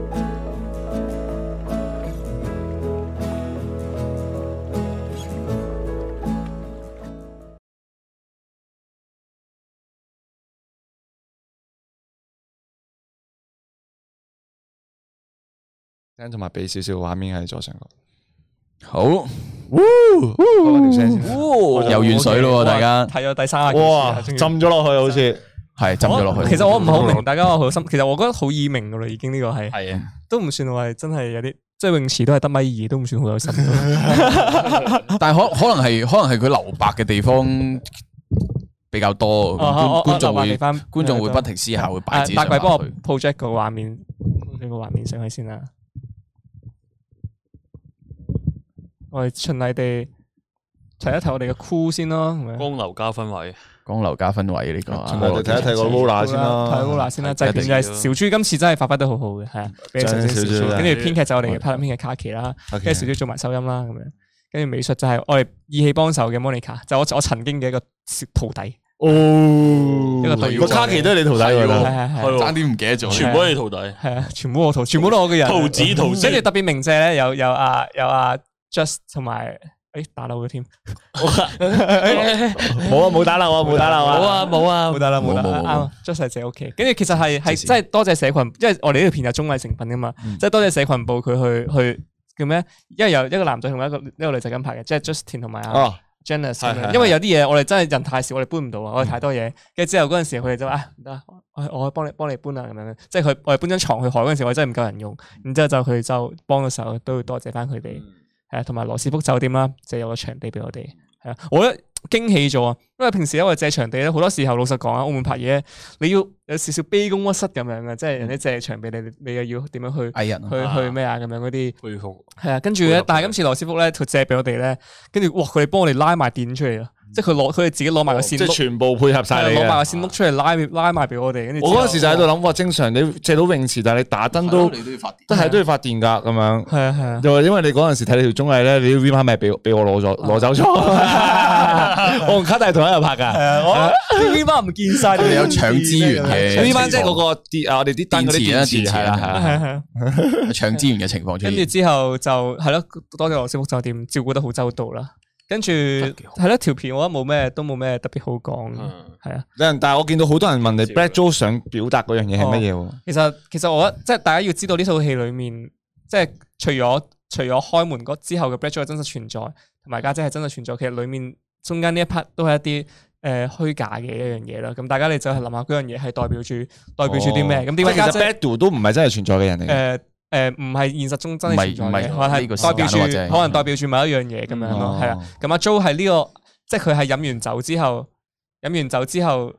Send 同埋俾少少畫面喺左上角。
好，
開翻條聲先啦。
游完水咯喎，大家
睇咗第三十
哇，浸咗落去好似
係浸咗落去。
其實我唔係好明，大家我好心，其實我覺得好易明噶啦，已經呢個係。
係啊，
都唔算話係真係有啲，即係泳池都係得米二，都唔算好有深度。
但系可可能係可能係佢留白嘅地方比較多，
啊啊
觀
我
觀
我留
眾
白
會
地方啊
觀眾會不停思考，會擺
誒
自己
八
上
鬼
去。
幫我 project 個畫面，project 個畫面上去先啦。我哋循例地睇一睇我哋嘅 cool 先咯，
光流加分位，
講樓價分位呢個啊，
循例地睇一睇個 roller 先啦
啊睇 Lola 先啦，
係
就
一定
係就係
要
小豬今次真係發揮得好好嘅，係啊，俾你首先小
真係小豬
豬，
啦
跟住編劇就係我哋嘅拍片嘅卡奇啦，
卡
跟
奇
住小豬做埋收音啦咁樣，跟住美術就係我哋意氣幫手嘅 Monica，就我我曾經嘅一個小徒弟。
哦
一個隊友
Oh。個卡奇都係你徒弟喎
係喎係係係
爭啲唔記得咗
全部都係你徒弟，
系啊，全部我徒，全部都我嘅人。
徒子徒孫
跟住特別鳴謝咧，有有啊有啊 Just 同埋诶打漏嘅添。 哎冇
啊冇打漏啊冇打漏啊
冇啊冇啊冇打漏冇打
冇冇冇
啱啊，Just 係謝屋企。跟住其實
嗯
係係真係多謝社群，因為我哋呢條片有綜藝成分噶嘛，即係多謝社群部佢去去叫咩？因為有一個男仔同埋一個一個女仔咁拍嘅，即係 Justin 同埋
哦
啊。Janice，咁
係係
樣
係
因為有啲嘢我哋真係人太少，我哋搬唔到啊，我哋太多嘢。跟住之後嗰陣時，佢哋就話啊唔得啊，我我幫你幫你搬啊咁樣，即係佢我哋搬張床去海嗰陣時，我哋真係唔夠人用。然之後就佢就幫咗手，都要多謝翻佢哋。
嗯
係啊，同埋羅斯福酒店啦，就有個場地俾我哋。係啊，我覺得驚喜咗啊，因為平時咧我哋借場地咧，好多時候老實講啊，澳門拍嘢咧你要有少少卑躬屈膝咁樣嘅，即係
嗯
人哋借場俾你，你又要點樣去
藝人啊
去去咩啊咁樣嗰啲
佩服。
係啊，跟住咧，但係今次羅斯福咧，佢借俾我哋咧，跟住哇，佢哋幫我哋拉埋電出嚟啦，即係佢攞佢哋自己攞埋個線
嗯哦即
碌，
係全部配合晒你
係啊攞埋個
嘅。
線碌出嚟拉拉埋俾我哋。跟住
我嗰陣時就喺度諗，哇！正常你借到泳池，但係你打燈都
都要發
都係都要發電㗎咁樣。
係啊係啊。哦
又話因為你嗰陣時睇你條綜藝咧，你啲 V 碼咪俾俾我攞咗攞走咗。我同卡大同一日拍噶。
啊我呢班唔見晒，
你哋有搶資源嘅
呢
呢
班
班
即
即
係
係
嗰
嗰
個
個電啊，我哋啲燈嗰啲電池啊 係啦，係啦。
搶資源嘅情況出
跟住
現。
之後就係咯，多謝羅斯福酒店照顧得好周到啦。跟住係咯，條片我啊覺得冇咩都冇咩特別好講，
嗯
係啊。
有人，但係我見到好多人問你 Black Joe 想表達嗰樣嘢係乜嘢喎？
其實其實我覺得即係大家要知道呢套戲裡面，即係除咗除咗開門嗰之後嘅 Black Joe 係真實存在，同埋家姐係真實存在，其實裡面中間呢一 part 都係一啲。誒、呃、虛假嘅一樣嘢啦，咁大家你就係諗下嗰樣嘢係代表住代表住啲咩？咁點解家
哦其實
姐
Black Joe 都唔係真係存在嘅人嚟嘅？
誒誒唔係現實中真係存在嘅，
唔係唔係
可能
呢個
係
時間
代表住
或者係
可能代表住某一樣嘢咁樣咯
嗯，
係啊。咁阿 Jo 係呢個，即係佢係飲完酒之後，飲完酒之後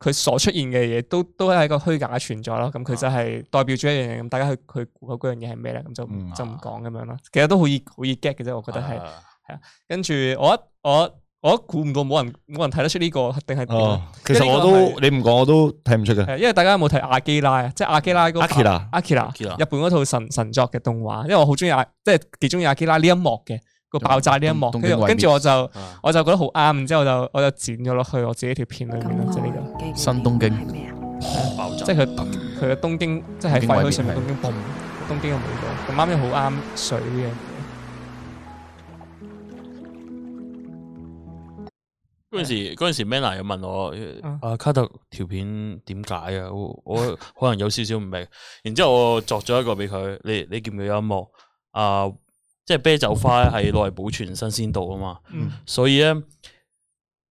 佢所出現嘅嘢都都係一個虛假嘅存在咯。咁佢就係代表住一樣嘢，咁大家去去估嗰樣嘢係咩咧？咁就唔就唔講咁樣咯。其實都好易好易 get 嘅啫，我覺得係係啊。跟住我一我我一估唔到冇人冇人睇得出呢個定係點
哦
啊，
其實我
因為呢個係
都你唔講我都睇唔出嘅。
誒，因為大家有冇睇阿基拉啊？即係阿基拉嗰個
Akira
Akira
Akira
日本嗰套神神作嘅動畫，因為我好中意阿，即係幾中意阿基拉呢一幕嘅個爆炸呢一幕，
東
跟
東京
住
毀滅
跟住我就我就覺得好啱，然之後我就我就剪咗落去我自己條片裏面啦，即係呢個
新東京
爆炸
即係佢佢嘅東京，即係喺廢墟上面東京崩，東京嘅舞蹈咁啱又好啱水嘅。
嗰阵时嗰阵时，Manna 又問我
嗯
啊卡特條片點解啊？我我可能有少少唔明。然之后我作咗一個俾佢，你你見唔見有一幕啊？即係啤酒花係攞嚟保存新鮮度啊嘛。
嗯
所以咧，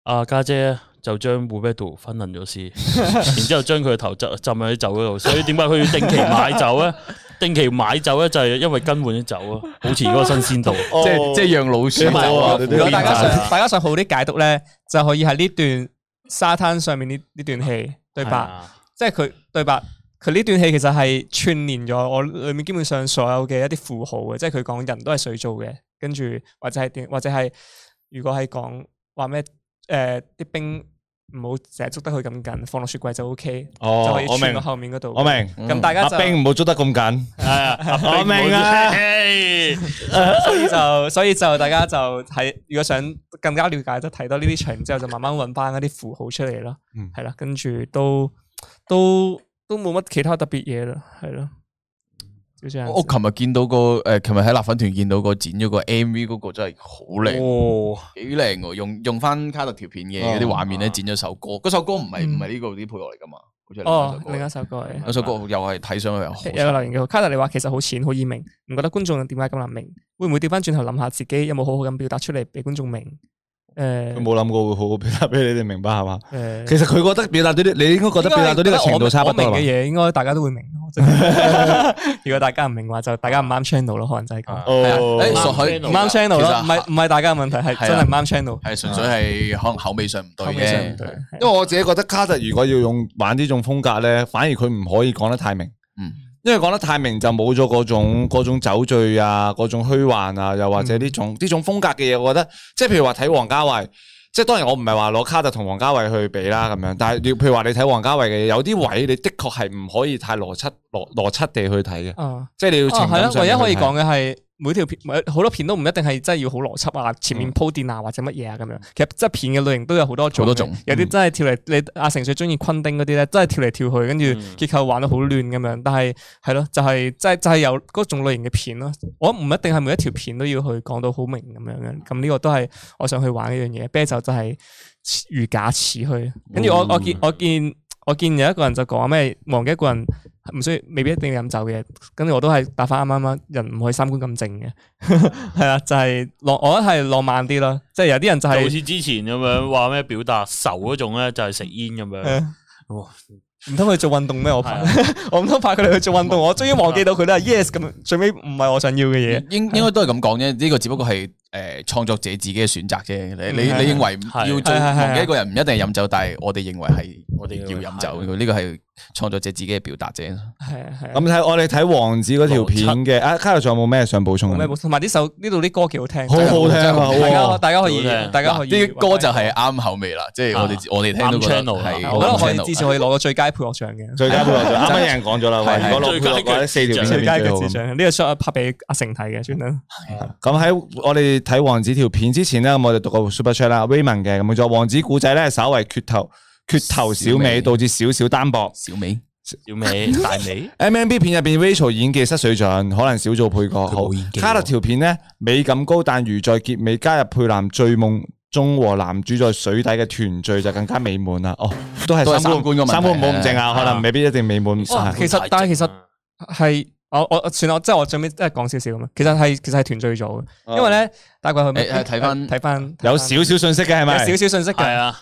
阿家姐就將 w e b e d o 分撚咗先， 然之後將佢嘅頭浸浸喺酒嗰度。所以點解佢要定期買酒咧？定期買酒咧就係因為更換啲酒啊，保持嗰個新鮮度。
即
哦
係即係讓老鼠
你好啊
走
你
如果大家想
啊
大家想好啲解讀咧，就可以喺呢段沙灘上面呢呢段戲對
係
白
啊，
即係佢對白。佢呢段戲其實係串連咗我裏面基本上所有嘅一啲符號嘅，即係佢講人都係水做嘅，跟住或者係點，或者係如果係講話咩誒啲冰唔好成日捉得佢咁緊，放落雪櫃就 O、K，就
哦
可以，
我
串
明
到後面嗰度。
我明。嗯
咁大家就
阿冰唔好捉得咁緊。
係啊
我明啊。
所以就所以就大家就睇，如果想更加了解，就睇多呢啲場之後，就慢慢揾翻嗰啲符號出嚟咯。
嗯
係啦，跟住都都都冇乜其他特別嘢啦，係咯。少少眼
我琴日見到個诶，琴日喺辣粉團見到個剪咗個 M V 嗰個真係好
哦
靚，
幾靚喎！用用翻卡特條片嘅嗰啲畫
啊
面咧，剪咗首歌。嗰首歌唔係唔係呢個啲配樂嚟噶嘛？好似係
嗯哦，
另
另
一
一
首
首
歌
歌
嚟。
嚟
有首歌又係睇上去又好
有個留言嘅，卡特你話其實好淺好易明，唔覺得觀眾點解咁難明？會唔會調翻轉頭諗下自己有冇好好咁表達出嚟俾觀眾明？誒
佢冇諗過會好好表達俾你哋明白係嘛？
誒
其實佢覺得表達到啲，你應該覺得表達到呢個程度差不多
應該我明我
啦嘛
明嘅。嘢，應該大家都會明咯。真 係如果大家唔明嘅話，就大家唔啱 channel 咯，可能就係咁。
哦
係啊
誒所以
唔啱 channel 咯，
其實啊
唔係唔係大家嘅問題，係真係唔啱 channel。
係純粹係可能口味上唔對
口味上
啫
唔對。
因為我自己覺得卡特如果要用玩呢種風格咧，反而佢唔可以講得太明。
嗯，
因為講得太明就冇咗嗰種嗰種酒醉啊，嗰種虛幻啊，又或
嗯
者呢種呢種風格嘅嘢，我覺得即係譬如話睇王家衛，即係當然我唔係話攞卡特同王家衛去比啦咁樣，但係你譬如話你睇王家衛嘅嘢，有啲位你的確係唔可以太邏輯邏邏輯地去睇嘅，
啊
即係你要情
哦係
感
咯，
上
唯
面
一可以
去睇
講嘅係每條片，每好多片都唔一定係真係要好邏輯啊，前面鋪墊啊或者乜嘢啊咁樣。其實即係片嘅類型都有好多種嘅，
好多種
有啲真係跳嚟，你阿成最中意昆丁嗰啲咧，真係跳嚟跳去，跟住
嗯
結構玩得好亂咁樣。但係係咯，就係即係就係有嗰種類型嘅片咯。我唔一定係每一條片都要去講到好明咁樣嘅。咁呢個都係我想去玩一樣嘢。啤酒就係如假似虛。跟住我我見我見我見有一個人就講咩，忘記一個人唔需要，未必一定要飲酒嘅。跟住我都係答翻啱啱啱，人唔可以三觀咁正嘅， 係啊，就係浪，我覺得係浪漫啲咯。即係有啲人就
就好
係、
似之前咁樣話咩表達愁嗰種咧，就係食煙咁樣
嗯。唔通佢做運動咩？我怕，
啊
我唔通怕佢哋去做運動。我終於忘記到佢啦。Yes，咁最尾唔係我想要嘅嘢。
應應該都係咁講啫，呢個只不過係誒創作者自己嘅選擇啫。你你
嗯
你認為
係
要做
係係係
忘記一個人唔一定係飲酒，但係我哋認為係我哋
哋
要飲酒，呢個係創作者自己嘅表達啫。
嗯
係啊係啊。
咁睇我哋睇王子嗰條片嘅，啊卡特仲有冇咩想補充
冇
啊？
咩冇同埋呢首呢度啲歌幾好聽，
好好聽啊好
大家
啊
大家可以
好聽
大家可以
嗱呢啲歌就係啱口味啦，即係我哋
啊
我哋聽到覺
啱
得
channel 啊
係
我覺得可以
啱 channel 啊
至少可以攞個最佳佳配樂獎嘅，
最佳配樂獎啱啱有 人講咗啦話
係係
如果攞配樂嘅話呢四條片
最佳
最好
嘅獎，呢個 shot 拍俾阿成睇嘅，專登。
咁喺我哋睇王子條片之前咧，咁我哋讀個 super chat 啦，Raymond 嘅咁就王子古仔咧，稍為缺頭缺頭小尾，導致少少單薄。
小尾，
小 尾大尾
M M B 片入邊 Rachel 演技失水準，可能少做配角。好，卡特條片咧美感高，但如在結尾加入配男醉夢中和男主在水底嘅團聚就更加美滿啦。哦，都係
都係
三
三觀
觀
嘅問題
三觀唔好咁正啊，
啊
可能未必一定美滿。啊
哇，其實但係其實係我我我算啦，我即係我最尾即係講少少咁啦。其實係其實係團聚咗
哦
嘅，因為咧大概去
誒誒睇返
睇翻
有少少信息嘅係咪？
有少少信息嘅
係
啊，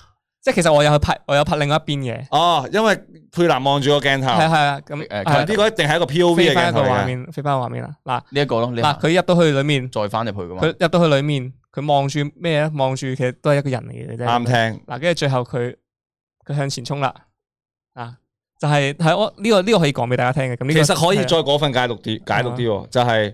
即係其實我有去拍我有拍另外一邊嘅。
哦，因為佩男望住個鏡頭，
係係啊咁
誒
係
呢個一定係一個 P O V
飛
嘅
翻
鏡
一個
頭嚟
畫
嘅。
面，飛翻個畫面啦。嗱
呢一個咯，呢一
嗱佢入到去裡面，
再翻入去
啊
噶嘛。
佢入到去裡面，佢望住咩咧？望住其實都係一個人嚟嘅啫。
啱聽
嗱，跟住最後佢佢向前衝啦。啊，就係係我呢個呢個可以講俾大家聽嘅。咁呢
其
個
實可以
係啊啊
再嗰份解讀啲，解讀啲喎，就係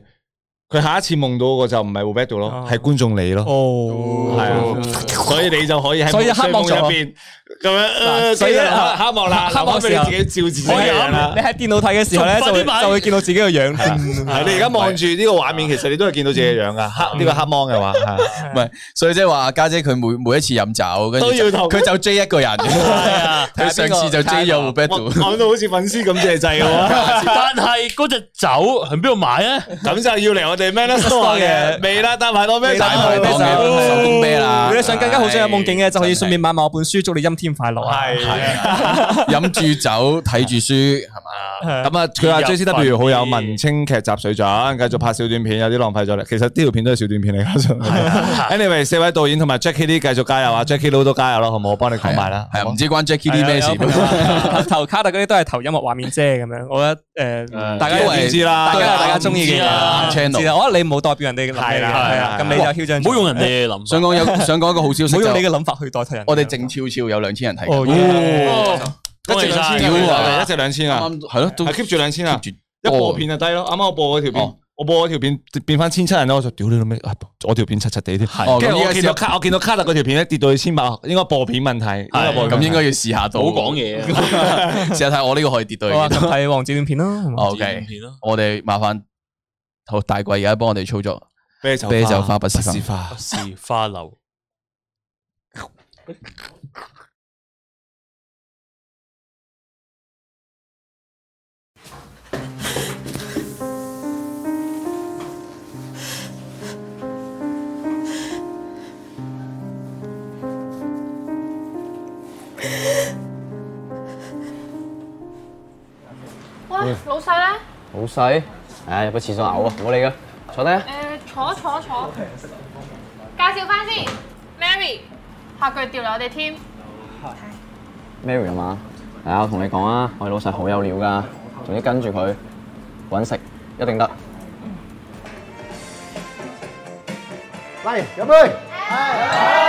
佢下一次夢到個就唔係 Roberto 咯，係觀眾你咯。
啊哦，
係啊，所以你就可以喺
所以黑
黑
幕
幕
咗
入邊咁樣呃，
嗱
所以
所以啊
黑幕啦，
黑幕
留翻俾你自己照自己嘅樣啦。
你喺電腦睇嘅時 候咧，就
仲快
會
啲買
就會見到自己個樣。
係
啊
你而家望住呢個畫面，其實你都係見到自己嘅樣啊 噶。黑呢個黑芒嘅話，
唔係，所以即係話家姐佢每每一次飲酒，跟住
都要
就
同啊
佢就 J 一個人， 佢上次就 J 咗 Roberto。
講到好似粉絲咁借掣嘅 喎。
但係嗰隻酒喺邊度買咧？
咁就要嚟我哋 Man Store 嘅未啦，搭埋多咩？
大排檔嘅手工
啤啦
如果你想更加好想有夢境嘅，就可以順便買埋我本書《祝你陰天快樂》啊。
飲住酒睇住書係
嘛？
咁啊，佢話 J C W 好有文青劇集水準，繼續拍小短片，有啲浪費咗啦。其實呢條片都係小短片嚟
啊
㗎。Anyway，四 位導演同埋 Jackie Lee 繼續加油啊！Jackie Lou 都加油啦，好唔好？我幫你講埋啦。
係啊，唔知關 Jackie Lee 咩事？
投投卡特嗰啲都係投音樂畫面啫，咁樣，我覺得誒，大家
都係
知啦，大家有大家中意嘅
都係大家中意嘅
知啦我覺得你冇代表人哋嘅諗法嘅，
係啦
係啊，
係
咁
啦
你就囂張咗，
唔好用人哋嘅諗法 想講有想講一個好消
唔
息
好用
就
你嘅諗法去代替人。
我哋靜悄悄有兩千人睇緊。
哦耶
哦
一直兩千
屌
啊，
啊
一直兩千啊，
係咯，都哦
keep 住兩千啊，一
多
播片就低咯。啱啱我播嗰條片，我播嗰條片變翻千七人咯，我就屌你老味，啊我條片七七地添。
哦
跟住
咁依家
我見
先
到啊卡，我見到卡特嗰條片咧跌到去千八，應該播片問題。
係咁應該要試下到。
冇講嘢
哎
啊
試下睇我呢個可以跌到
好啊，咁
去幾多。
睇黃子短片咯。
O K，我哋麻煩好大貴而家幫我哋操作
啤酒
啤酒花不是
不是
花。
是花柳。
喂，老細咧，
好細，唉，入個廁所嘔啊！唔好理佢，坐低啊！
誒坐坐坐，介紹翻先，Mary，下個月調嚟我哋 team。
Mary 啊嘛，係啊，我同你講啊，我哋老細好有料噶，仲要跟住佢揾食，一定得。
嚟飲杯。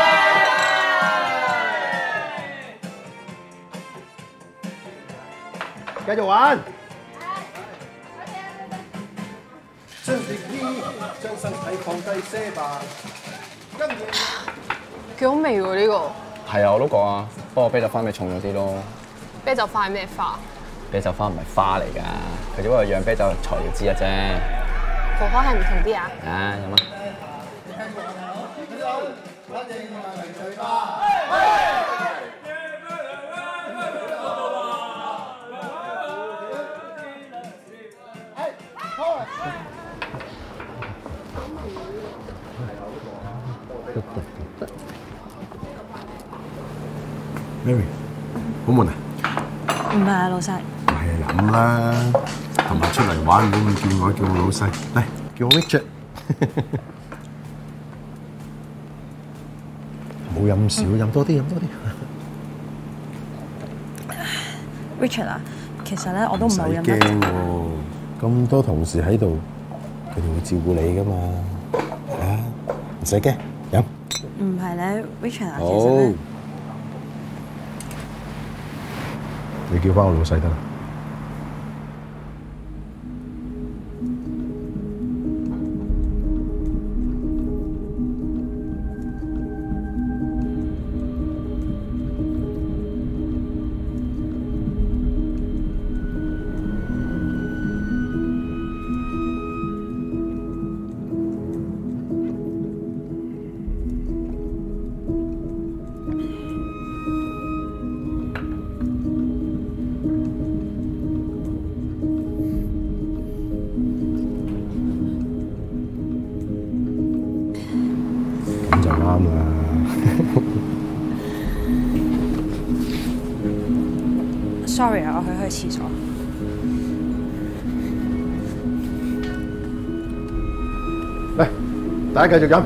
繼續玩。將你衣，將身體放低些吧。跟住
幾好味喎呢個
係啊，我都講啊，不過啤酒花咪重咗啲咯。
啤酒塊咩花？
啤酒花唔係花嚟㗎，佢只不過係釀啤酒材料之一啫。
桃花係唔同啲啊？
啊，飲啊！
Mary，好悶啊！
唔係啊，老細，
咪飲啦，同埋出嚟玩，唔好咁叫我叫我老細，嚟叫我 Richard。冇飲少，飲多啲，飲多啲。
Richard 啊，其實咧我都唔
唔使
係好飲得
驚喎，咁多同事喺度，佢哋會照顧你噶嘛，係啊，唔使驚，飲。
唔係咧，Richard
À,
啊，其
好
實咧，
你叫翻我老細得啦。
sorry 啊，我去去廁所。
大家繼續飲。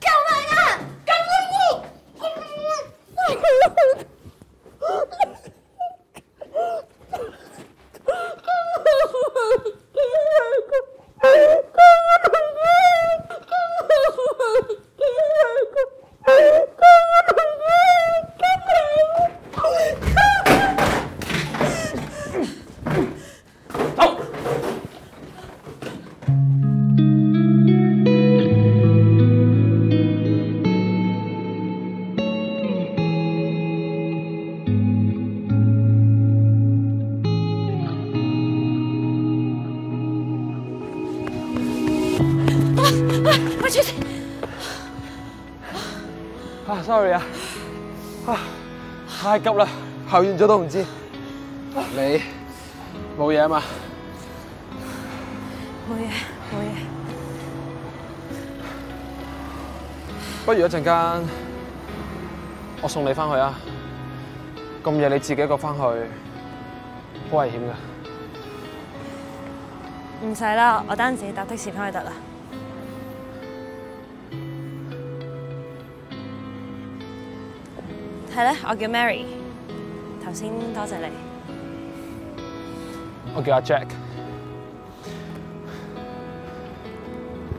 救命啊！救命啊！我去死！
啊，sorry 啊，啊，太急啦，校完咗都唔知。你冇嘢啊嘛？
冇嘢，冇嘢。
不如一陣間我送你翻去啊。咁夜你自己一個翻去，好危險噶。
唔使啦，我單自己搭的士翻去得啦。係咧，我叫 Mary。頭先多謝你。
我叫阿 Jack。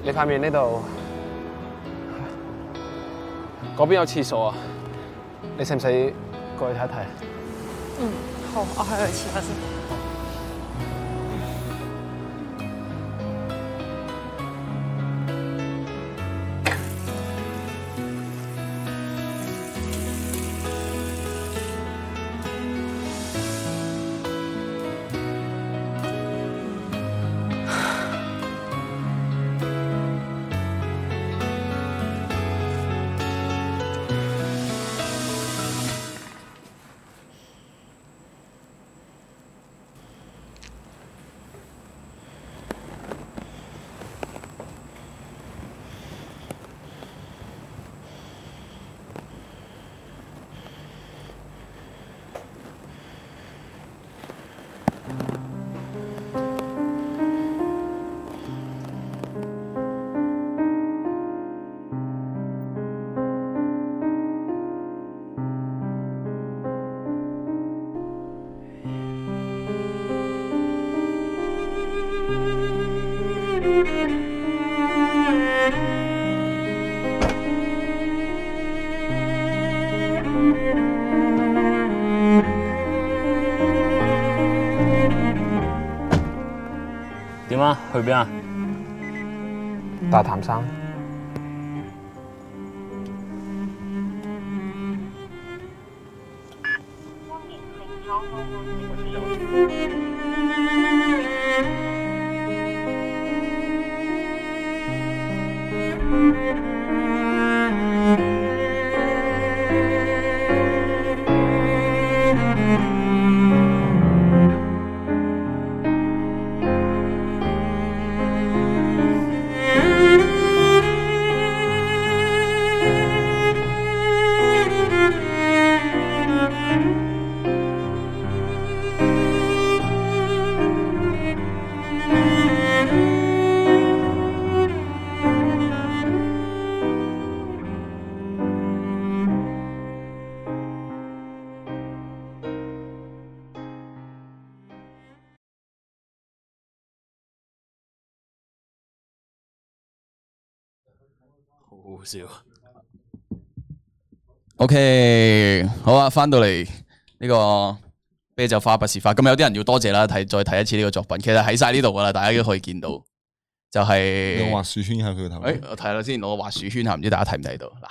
你塊面呢度，嗰邊有廁所啊？你使唔使過去睇一睇？
嗯，好，我去去廁所先。
點啊？去邊啊？
大潭山。
啊！
好好笑。
OK，好啊，翻到嚟呢個啤酒花不是花，咁有啲人要多謝啦，睇再睇一次呢個作品，其實喺晒呢度噶啦，大家都可以見到，就係、
用滑鼠圈下佢個頭。
誒、我睇下先，我滑鼠圈下，唔知大家睇唔睇到嗱。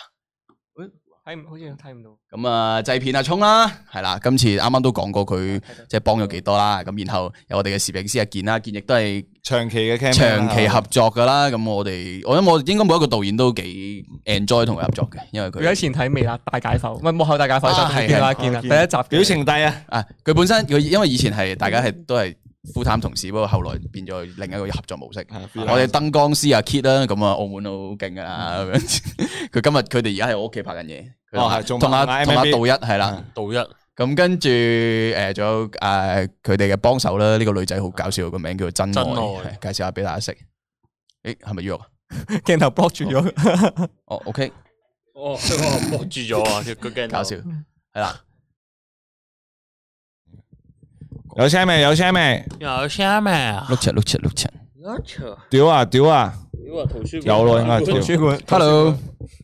睇唔好似睇唔到。
咁啊，製片阿聰啦，係啦，今次啱啱都講過佢即係幫咗幾多啦，咁然後有我哋嘅攝影師阿健啦，健亦都係
長期嘅 camera
長期合作噶啦，咁我哋我諗我應該每一個導演都幾 enjoy 同佢合作嘅，因為佢
佢以前睇微辣大解剖，唔係幕後大解剖，
啊
就見啦見啦，第一集
表情低啊！啊，佢本身佢因為以前係大家係都係 full time 同事，不過後來變咗另一個合作模式。我哋燈光師阿 Kit 啦，咁啊澳門都好勁噶啦，咁樣佢今日佢哋而家喺我屋企拍緊嘢。佢同
哦係仲
同阿
拍緊
同阿
MLB
杜一係啦，
杜一。
咁跟住誒，仲有誒佢哋嘅幫手啦，呢個女仔好
啊
搞笑，個名叫做真
真愛
愛，介紹下俾大家識。誒係咪 U 啊？
鏡頭 block 住咗。
哦，OK。
哦，我搏住咗啊！佢佢
搞笑係啦。
有聲未？有聲未？
有聲咩？
碌柒碌柒碌柒。
我操！
屌啊屌啊！
屌啊！圖書
有咯，應該係屌。
Hello，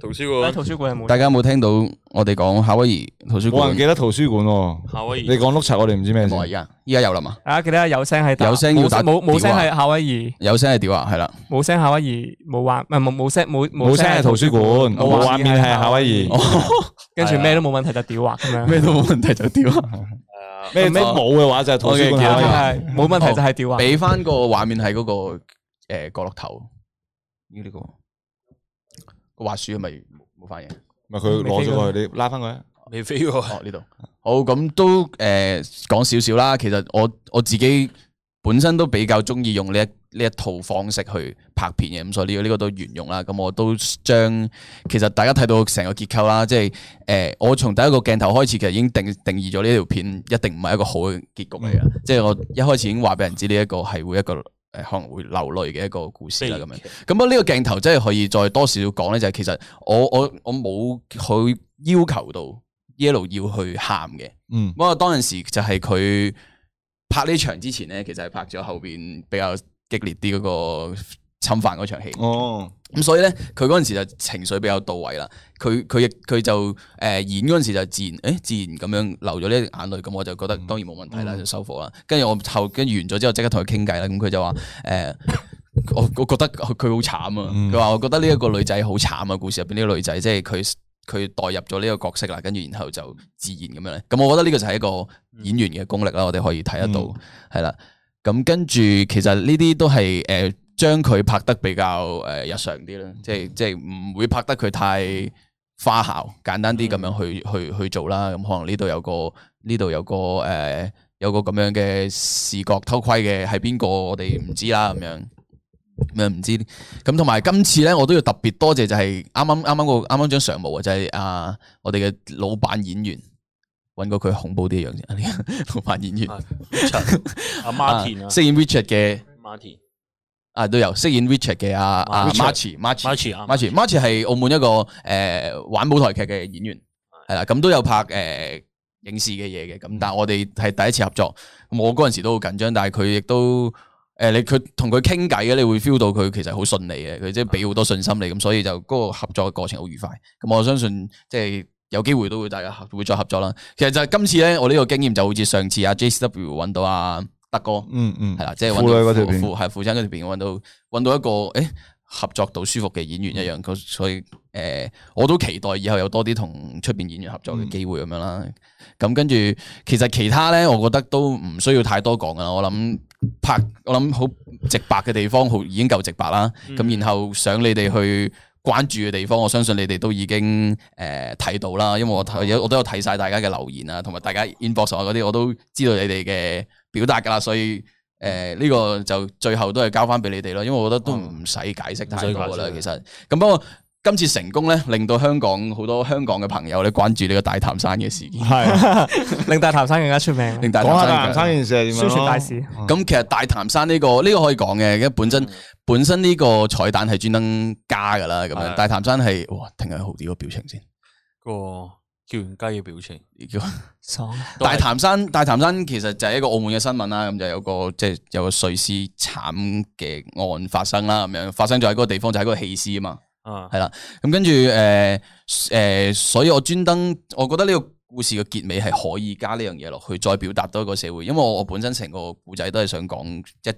圖書館，
圖書館有冇？
大家有冇聽到我哋講夏威夷圖書
冇
館
人？記得圖書館喎。
夏威夷
你講碌柒，我哋唔知咩事。
而家依家有啦嘛？
啊，記得有聲係打
有聲要打
冇冇冇聲
屌啊
係夏威夷，
有聲係屌啊，係啦。
冇聲夏威夷冇畫，唔係冇冇聲冇
冇聲係圖書館冇畫面係夏
威 夷，
跟住咩都冇問題就屌畫咁樣，
哦啊咩都冇問題就屌
啊
咩咩冇嘅話就係圖書館夏威夷
冇問題就係屌啊！
俾翻個畫面喺嗰個誒角落頭。呢呢個個滑鼠係咪冇反應？
咪佢攞咗過去，你拉翻佢。
未飛喎。
哦，呢度。好，咁都誒講少少啦。其實我我自己本身都比較中意用呢一呢一套方式去拍片嘅，咁所以呢、個呢、個都沿用啦。咁我都將其實大家睇到成個結構啦，即係誒、呃我從第一個鏡頭開始，其實已經定定義咗呢條片一定唔係一個好嘅結局嚟嘅。即係我一開始已經話俾人知呢一個係會一個誒呃可能會流淚嘅一個故事啦咁樣。咁啊不過呢個鏡頭真係可以再多少少講咧，就係、其實我我我冇去要求到 Yellow 要去喊嘅。
嗯
不過當陣時就係佢拍呢場之前咧，其實係拍咗後邊比較激烈啲嗰個侵犯嗰場戲。
哦，
咁所以咧，佢嗰陣時就情緒比較到位啦。佢佢亦佢就誒、呃演嗰陣時就自然，誒、自然咁樣流咗呢滴眼淚，咁我就覺
嗯
得當然冇問題啦，就收貨啦。跟住我後跟住完咗之後，即刻同佢傾偈啦。咁佢就話誒。呃我我覺得佢好慘啊！佢話、我覺得呢一個女仔好慘啊！故事入邊呢個女仔，即係佢佢代入咗呢個角色啦，跟住然後就自然咁樣咧。咁我覺得呢個就係一個演員嘅功力啦，我哋可以睇得到係啦。咁跟住其實呢啲都係誒將佢拍得比較誒、呃日常啲啦，即係即係唔會拍得佢太花巧，簡單啲咁樣去、去去做啦。咁可能呢度有個呢度有個誒、呃有個咁樣嘅視覺偷窺嘅係邊個，我哋唔知啦咁樣。咁呃樣唔知咁同埋今次咧，我都要特別多謝就係啱啱啱啱個啱啱張常務啊，就係、啊我哋嘅老闆演員揾過佢恐怖啲嘅樣先，呢個 老闆演員
阿 Martin 啊
飾演 Richard 嘅
馬田，
啊都有飾演 Richard 嘅啊阿阿
Richard
March March
啊
March March 係澳門一個誒、呃玩舞台劇嘅演員係啦，咁都有拍誒。呃影視嘅嘢嘅，咁但係我哋係第一次合作，咁我嗰陣時都好緊張，但係佢亦都誒你佢同佢傾偈嘅，你會 feel 到佢其實好順利嘅，佢即係俾好多信心你，咁所以就嗰個合作嘅過程好愉快。咁我相信即係有機會都會大家合會再合作啦。其實就係今次咧，我呢個經驗就好似上次阿 JCW 揾到阿德哥，
嗯嗯
係啦，即係
父女嗰條片
父係父親嗰條片揾到揾到一個誒。合作到舒服嘅演員一樣，咁所以誒、呃我都期待以後有多啲同出邊演員合作嘅機會咁樣啦。咁跟住，其實其他咧，我覺得都唔需要太多講噶啦。我諗拍，我諗好直白嘅地方，好已經夠直白啦。咁、
嗯
然後想你哋去關注嘅地方，我相信你哋都已經誒睇、到啦。因為我睇有我都有睇晒大家嘅留言啊，同埋大家 inbox 我嗰啲，我都知道你哋嘅表達噶啦，所以。誒呃呢、個就最後都係交翻俾你哋咯，因為我覺
哦
得都唔使解釋太多噶啦，
唔
其
使解釋
實。咁不過今次成功咧，令到香港好多香港嘅朋友咧關注呢個大潭山嘅事件，
係 令大潭山更加出名，
令大潭山更加
宣傳大使。
咁其實大潭山呢、個呢、個可以講嘅，因為本身
嗯
本身呢個彩蛋係專登加噶啦，咁樣
係
大潭山係哇，停下豪啲個表情先。
個叫完雞嘅表情，
爽
啊
大潭山，大潭山其實就係一個澳門嘅新聞啦，咁就有個即係有個碎屍慘嘅案發生啦，咁樣發生咗喺嗰個地方就喺嗰個棄屍啊嘛，
啊
系啦，咁跟住诶诶，所以我專登，我覺得呢個故事嘅結尾係可以加呢樣嘢落去，再表達多一個社會，因為我我本身成個古仔都係想講一件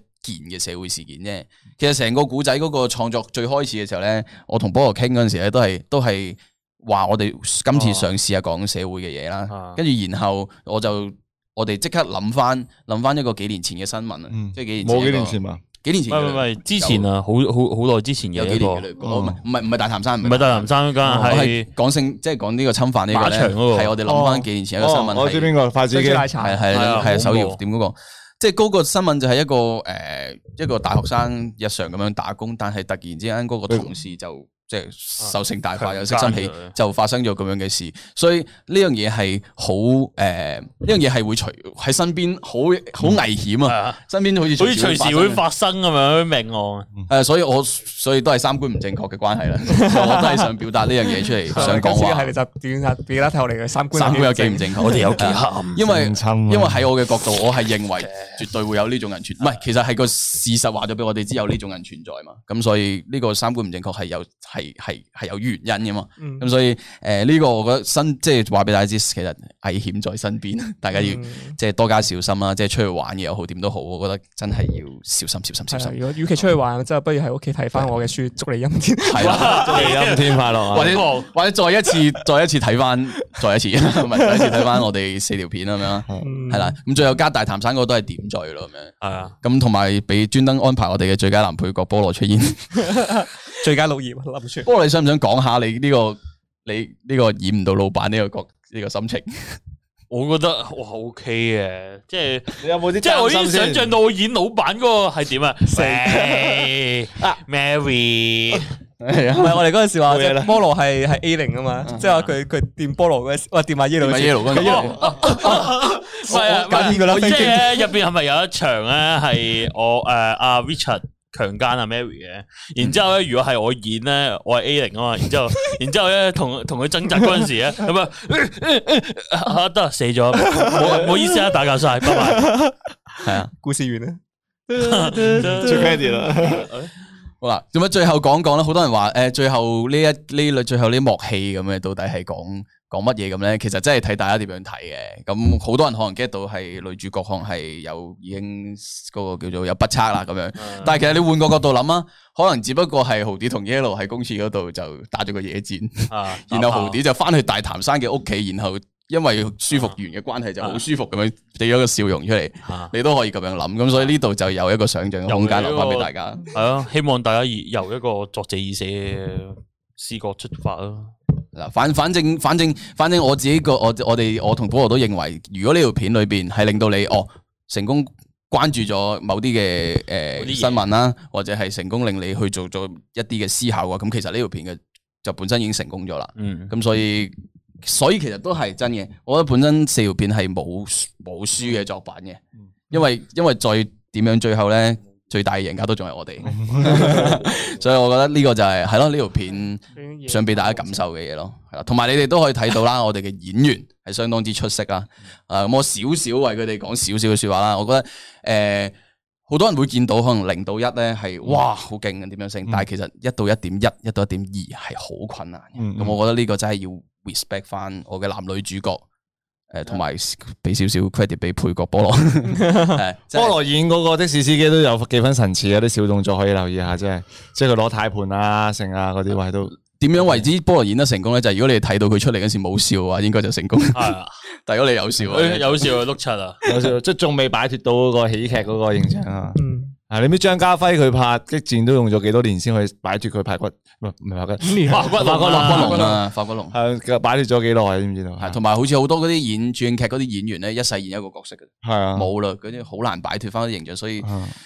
嘅社會事件啫。其實成個古仔嗰個創作最開始嘅時候咧，我同菠蘿傾嗰陣時咧，都係都係話我哋今次嘗試下講社會嘅嘢啦
啊，
跟住然後我就我哋即刻諗翻諗翻一個幾年前嘅新聞啊，即係幾年前
嗯冇幾
一個
年前嘛，
幾年前
唔係唔係唔係之前啊，好好好耐之前
有
嘅
幾
一
年
個，嗯
嘅哦唔係唔係唔係大潭山，
唔係大潭山嗰間
我
係
講性，即係講呢個侵犯呢個
馬
咧，
場嗰個
係我哋諗翻幾年前一個新聞
哦
係，
我知邊個筷子基珍珠奶茶
係係
係啊
係係
好
手
恐
搖
怖
店嗰個，即係嗰個新聞就係一個誒一個大學生日常咁樣打工，但係突然之間嗰個同事就。即
啊
係獸性大發，有色心起
強姦佢，
就發生咗咁樣嘅事，所以呢樣嘢係好誒，呃呢樣嘢係會隨喺身邊好好危險啊！身邊好似
好似
隨
隨時
會
會
發
發生
生嗯
咁樣命案。
诶、呃所以我所以都係三觀唔正確嘅 關係啦，我都係想表達呢樣嘢出
啊
嚟，想講
系
話
你就表達表達睇我哋嘅三觀
三觀有幾唔正確，啊 因為
啊
啊因為喺我嘅角度，我係認為絕對會有呢種人存，唔係其實係個事實話咗俾我哋知有呢種人存在嘛，咁所以呢個三觀唔正確係有係係係有原因嘅嘛，
嗯
咁、所以呃诶呢、個我覺得身即係話俾大家知，其實危險在身邊， 大家要
嗯
即係多加小心啦，即係出去玩嘅又好點都好，我覺得真係要小心小心小
係啊
心。
如果與其出去玩，真係不如喺屋企睇翻我嘅書《祝你陰 天》。
係啦
祝你陰天
快
樂啊
或者或者再一次再一次睇翻，再一次唔係再一次睇翻我哋四條片咁樣，係啦。咁最後加大潭山嗰個都係點綴咯咁樣。
係啊。
咁同埋俾專登安排我哋嘅最佳男配角菠蘿出現。
最佳綠葉諗住。
菠蘿，你想唔想講下你呢個你呢個演唔到老闆呢個角呢個心情？
我覺得哇 OK 嘅，即係
你有冇啲
即係我已經
擔心先
想象到我演老闆嗰個係點啊？喂 Mary，
唔
啊
係啊我哋嗰阵时话，即
冇嘢
係
啦
菠蘿係係 A 零啊嘛，即係話佢佢掂菠蘿嗰陣時，哇掂埋 Y 零，
嗯掂埋 yellow 嗰陣時
唔係啊，
搞掂佢啦
即
飛機
係入邊係咪有一場咧係我誒阿 Richard 強姦阿 Mary 嘅？然之後咧，如果係我演咧，我係 A 零啊嘛。然之後， 然之後咧，同同佢掙扎嗰陣時 咧，咁啊啊得啦死咗，唔好唔好意思啊，打攪晒，拜拜。
係啊，
故事完啦。
最 credit 啦。
好啦，做乜最後講講咧？好多人話诶、誒最後呢一呢類最後呢幕戲咁嘅，到底係講講乜嘢咁咧？其實真係睇大家點樣睇嘅。咁好多人可能 get 到係女主角可能係有已經嗰個叫做有不測啦咁樣。但係其實你換個角度諗啊，可能只不過係豪啲同 Yellow 喺公廁嗰度就打咗個野戰，
啊
然後豪啲就翻去大潭山嘅屋企，然後。因為舒服完嘅關係就好舒服咁樣，俾咗個笑容出嚟，你都可以咁樣諗，咁所以呢度就有一個想像嘅空間留翻俾大家。
系啊，希望大家以由一個作者已死嘅視角出發咯。
嗱，反反正反正反正我自己個我我哋我同保羅都認為，如果呢條片裏邊係令到你哦成功關注咗某啲嘅
某啲
誒
嘢
新聞啦，或者係成功令你去做咗一啲嘅思考嘅話，咁其實呢條片嘅就本身已經成功咗啦。
嗯
咁所以所以其實都係真嘅。我覺得本身四條片係冇冇輸嘅作品嘅，因為因為再點樣最後咧，最大嘅贏家都仲係我哋， 所以我覺得呢個就係係咯呢條片想俾大家感受嘅嘢咯，係啦。同埋你哋都可以睇到啦， 我哋嘅演員係相當之出色啦。誒咁我少少為佢哋講少少嘅説話啦，我覺得誒。呃好多人會見到可能零到一咧係哇好勁啊嘅點樣升，但係其實一到一點一、一到一點二係好困難嘅。
嗯
咁、我覺得呢個真係要 respect 翻我嘅男女主角，
啊
誒同埋俾少少 credit 俾配 角菠蘿。係
菠萝演嗰個的士司機都有幾分神似嘅，啲小動作可以留意下，即係即係佢攞胎盤啊、剩啊嗰啲位都。
點樣為之菠蘿演得成功咧？就係、如果你睇到佢出嚟嗰時冇笑嘅話，應該就成功。
啊
但如果你有笑啊，
誒有時候碌柒啊！
有少即係仲 未擺脱到嗰個喜劇嗰個形象啊。
嗯
啊！你知張家輝佢拍激戰都用咗幾多年先去擺脱佢排骨，唔係唔係排骨，
化骨龍啊
化骨龍啊，化骨龍。
係擺脱咗幾耐，知唔知道？
係同埋好似好多嗰啲演傳劇嗰啲演員咧，一世演一個角色嘅，
係啊
冇啦，嗰啲好難擺脱翻啲形象，所以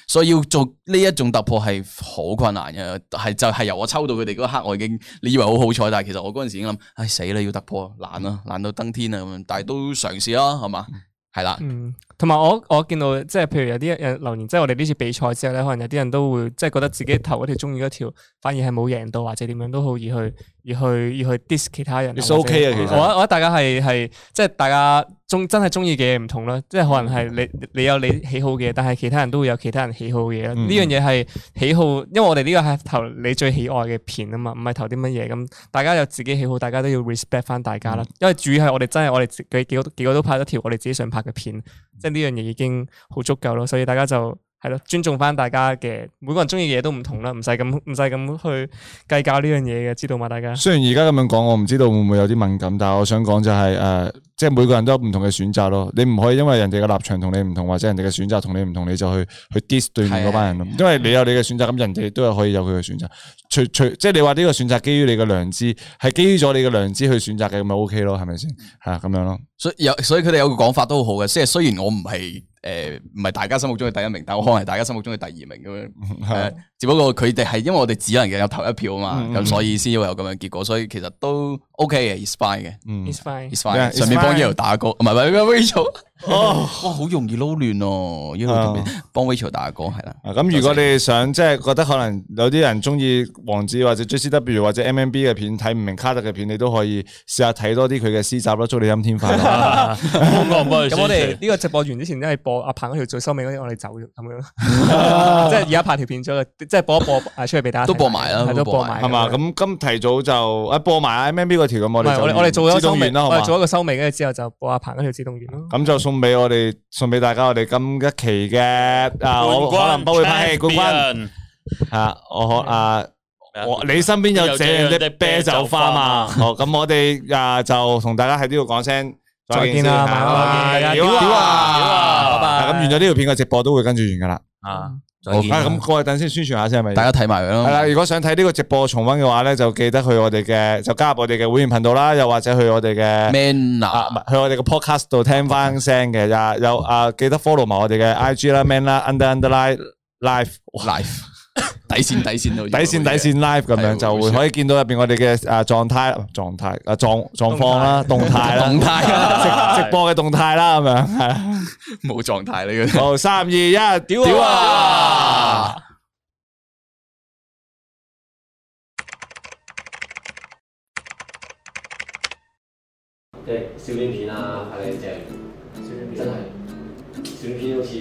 所以要做呢一種突破係好困難嘅，係就係由我抽到佢哋嗰一刻，我已經你以為好好彩，但係其實我嗰陣時已經諗，啊唉死啦，要突破，難啦，難到登天啊咁樣，但係都嘗試啦，係嘛，係啦，
嗯，同埋我我見到即係譬如有啲人留言，即係我哋呢次比賽之後咧，可能有啲人都會即係覺得自己投嗰條中意嗰條，反而係冇贏到或者點樣都好，而去而去而去 diss 其他人。
It's okay 啊
或者
其實
我覺得我覺得大家係係即係大家中真係中意嘅嘢唔同啦，即係可能係你你有你喜好嘅嘢，但係其他人都會有其他人喜好嘅嘢啦。
嗯
呢樣嘢係喜好，因為我哋呢個係投你最喜愛嘅片啊嘛，唔係投啲乜嘢咁。大家有自己喜好，大家都要 respect 翻大家啦。因為主要係我哋真係我哋自己幾個幾個都拍咗條我哋自己想拍嘅片，即係呢樣嘢已經好足夠咯。所以大家就係咯，尊重翻大家嘅每個人中意嘅嘢都唔同啦，唔使咁唔使咁去計較呢樣嘢嘅，知道嘛？大家。
雖然而家咁樣講，我唔知道會唔會有啲敏感，但係我想講就係、誒、即係每個人都有唔同嘅選擇咯。你唔可以因為人哋嘅立場同你唔同，或者人哋嘅選擇同你唔同，你就去去 diss 對面嗰班人咯。因為你有你嘅選擇，咁人哋都係可以有佢嘅選擇。除除即係你話呢個選擇基於你嘅良知，係基於咗你嘅良知去選擇嘅，咁咪 OK 咯，係咪先？係啊，咁樣咯。
所以有，所以佢哋有個講法都好好嘅，即係雖然我唔係誒唔係大家心目中嘅第一名，但我可能係大家心目中嘅第二名咁樣。
係
誒只不過佢哋係因為我哋只能夠有投一票啊
嗯
嘛，咁所以先會有咁樣嘅結果，所以其實都 OK 嘅，is fine 嘅
嗯
，is fine，is
fine。順便幫 Yellow 打歌，唔係唔係幫 Rachel。哦，哇，好容易撈亂哦，Yellow 特別幫 Rachel 打歌係啦。
啊咁如果你哋想即係覺得可能有啲人中意王子或者 JCW 或者 MMB 嘅片睇唔明卡特嘅片，你都可以試下睇多啲佢嘅詩集咯。祝你陰天快 樂！
咁我哋呢個直播完之前，因為播阿鵬嗰條最收尾嗰啲，我哋走咗咁 樣，即係而家拍條片咗啦，即係播一播啊出去俾大家睇係都播埋
係嘛？咁今提早就啊播埋 MMB 嗰條咁，
唔
我哋
係
就
我哋我哋做咗
自
收
動
尾，
完啦，好
我
嘛
哋？做一個收尾，跟住之後就播阿鵬嗰條自動完咯。
咁就送俾我哋，送俾大家我哋今一期嘅啊，我可能不會拍戲冠軍啊，我可啊。我你身邊有這樣的啤酒花嘛？ 好，咁我哋啊就同大家喺呢度講聲
再見啦拜拜
拜
屌啊
屌
屌啊
啊！
拜拜
咁完咗呢條片嘅直播都會跟住完噶啦。
啊，
好啊咁各位等先宣傳下先係咪？
大家睇埋佢咯
係啦，如果想睇呢個直播重温嘅話咧，就記得去我哋嘅就加入我哋嘅會員頻道啦，又或者去我哋嘅
Man
啊，唔係去我哋嘅 podcast 度聽翻聲嘅，有有啊記得 follow 埋我哋嘅 IG 啦，Man 啦，under underline life
life 底線底線都
底線底線 live 咁樣就會可以見到入邊我哋嘅啊狀態狀態啊狀狀況啦，動態啦，
動態啊
直直播嘅動態啦，咁樣係啦。
冇狀態呢個。
好，三二一，屌啊！屌啊
即係笑片片啊，係正，真係笑片片好似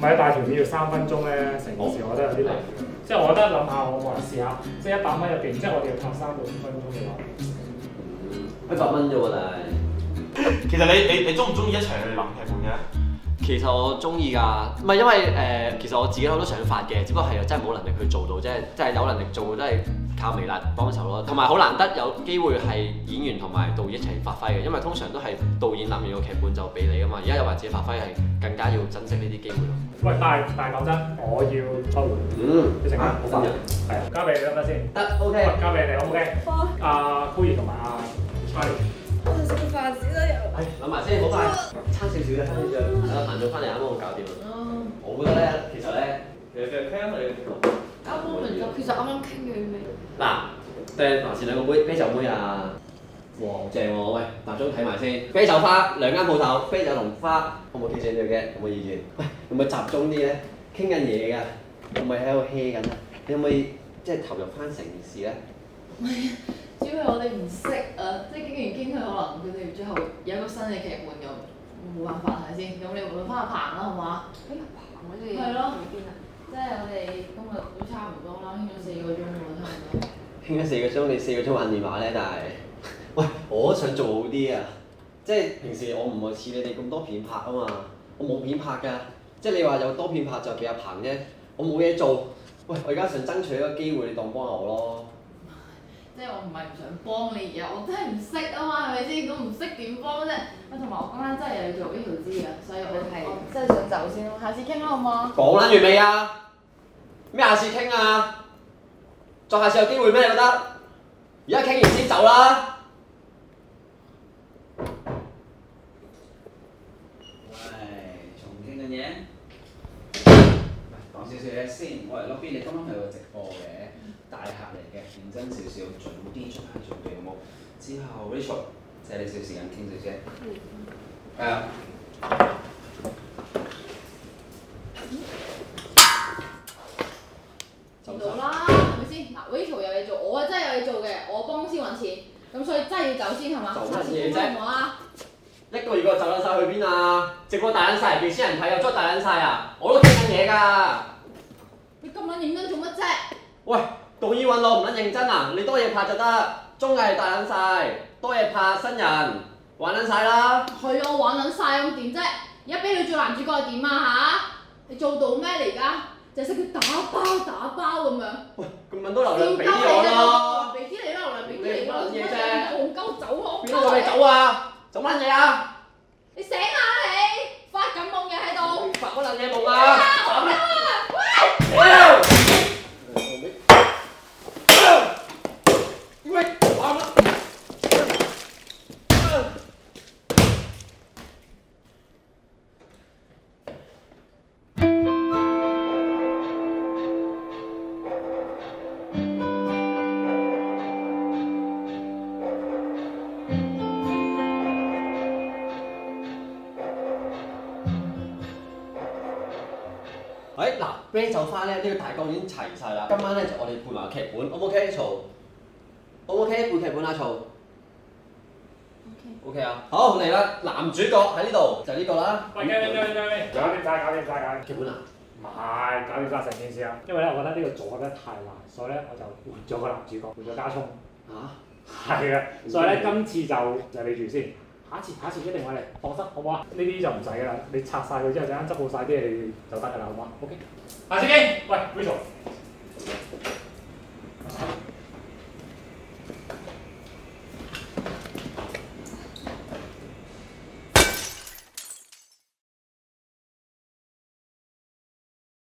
買大條片要三分鐘咧，成件事我覺得有啲難。即係我覺得諗下，我冇人試下，即係一百蚊入邊，即係我哋要拍三到五分鐘嘅話，
一百蚊啫喎，但係其實你你你中唔中意一齊去諗劇本嘅咧？其實我中意㗎，唔係因為誒、呃其實我自己有好多想法嘅，只不過係真係冇能力去做到，即係即係有能力做都係靠微辣幫手咯。同埋好難得有機會係演員同埋導演一齊發揮嘅，因為通常都係導演諗完個劇本就俾你㗎嘛。而家有埋自己發揮係更加要珍惜呢啲機會咯。
喂，但係但係講真，我要收回。
嗯
你成日
啊
好煩，係啊，交俾你得唔得先？
得，OK。
交俾你，O K。阿灰兒同埋阿 Charlie，
食飯紙啦又。諗埋先，好快，差少少嘅，差少少。係啦，行咗翻嚟啱啱好搞掂啦。我覺得咧，其實咧，你嘅 c a m 你
啱啱明咗，其實啱啱傾完未？
嗱，誒，還是兩個杯啤酒妹啊。哇，好正喎！喂，集中睇埋先。啤酒花兩間鋪頭，啤酒同花，我冇記住你嘅，有冇意見？喂，有冇集中啲咧？傾緊嘢㗎，有冇喺度 hea 緊啊？你可唔可以即係投入翻成件事咧？
唔係，主要係我哋唔識啊，即係傾完傾去，可能佢哋最後有一個新嘅劇本咁，冇辦法係咪先？咁你揾翻阿鵬啦，好嘛？哎呀，鵬好似係咯，即係我哋今日都差唔多啦，傾咗四個鐘喎，差唔多。
傾咗四個鐘，你四個鐘玩電話咧，但係 喂，我都想做好啲啊！即係平時我唔係似你哋咁多片拍啊嘛，我冇片拍㗎。即係你話有多片拍就俾阿鵬啫，我冇嘢做。喂，我而家想爭取一個機會，你當幫下我咯。
即係我唔係唔想幫你，而家我真係唔識啊嘛，係咪先？咁唔識點幫啫？啊，同埋我今晚真係又要做呢條知啊，所以我係真係想走先咯，下次傾啦，好唔好啊？
講撚完未啊？咩下次傾啊？再下次有機會咩？你覺得？而家傾完先走啦。
喂，重傾緊嘢。講少少嘢先，我嚟 lobby，你今晚係有個直播嘅，大客嚟嘅，認真少少，準啲做下準備好冇？之後 Rachel，借你少時間傾少少。誒、
啊係要走先係嘛？
走
差
乜嘢
啲
啫
唔好啊！
一個二個走撚晒去邊啊？直播大撚晒，幾千人睇又再大撚晒啊！我都傾緊嘢㗎。
你咁撚認真做乜啫？
喂，導演揾我唔撚認真啊！你多嘢拍就得，綜藝大撚晒，多嘢拍新人玩撚晒啦。
係啊，我玩撚晒咁點啫？而家俾佢做男主角係點啊嚇？你做到咩嚟㗎？就係識佢打包打包咁樣。
咁揾到
流
流量俾我啦。
俾啲你啦，流量俾啲
你
你啦，
乜嘢啫
戇鳩走啊！戇鳩
邊個你走！啊？走乜嘢啊？
你醒下啦你，發緊夢嘅喺度。
發乜撚嘢夢
啊
啊？
戇鳩啊！喂！
誒嗱，啤酒花咧呢、呢個大綱已經齊晒啦。今晚咧就我哋配埋劇本，O 唔 OK 曹？O 唔 OK 配劇本啊曹？OK 啊，好嚟啦！男主角喺呢度就呢個啦。
喂，搞掂搞掂搞掂，搞掂晒，搞掂晒，搞掂。
劇本啊？
唔係，搞掂晒成件事啊！因為咧，我覺得呢個做得太難，所以咧我就換咗個男主角，換咗加聰。嚇？係啊，所以咧今次就就你住先，下一次下一次一定我嚟，放心好唔好啊？呢啲就唔使㗎啦，你拆晒佢之後，陣間執好晒啲嘢就得㗎啦，好唔好？OK。下司機，喂 r i c h a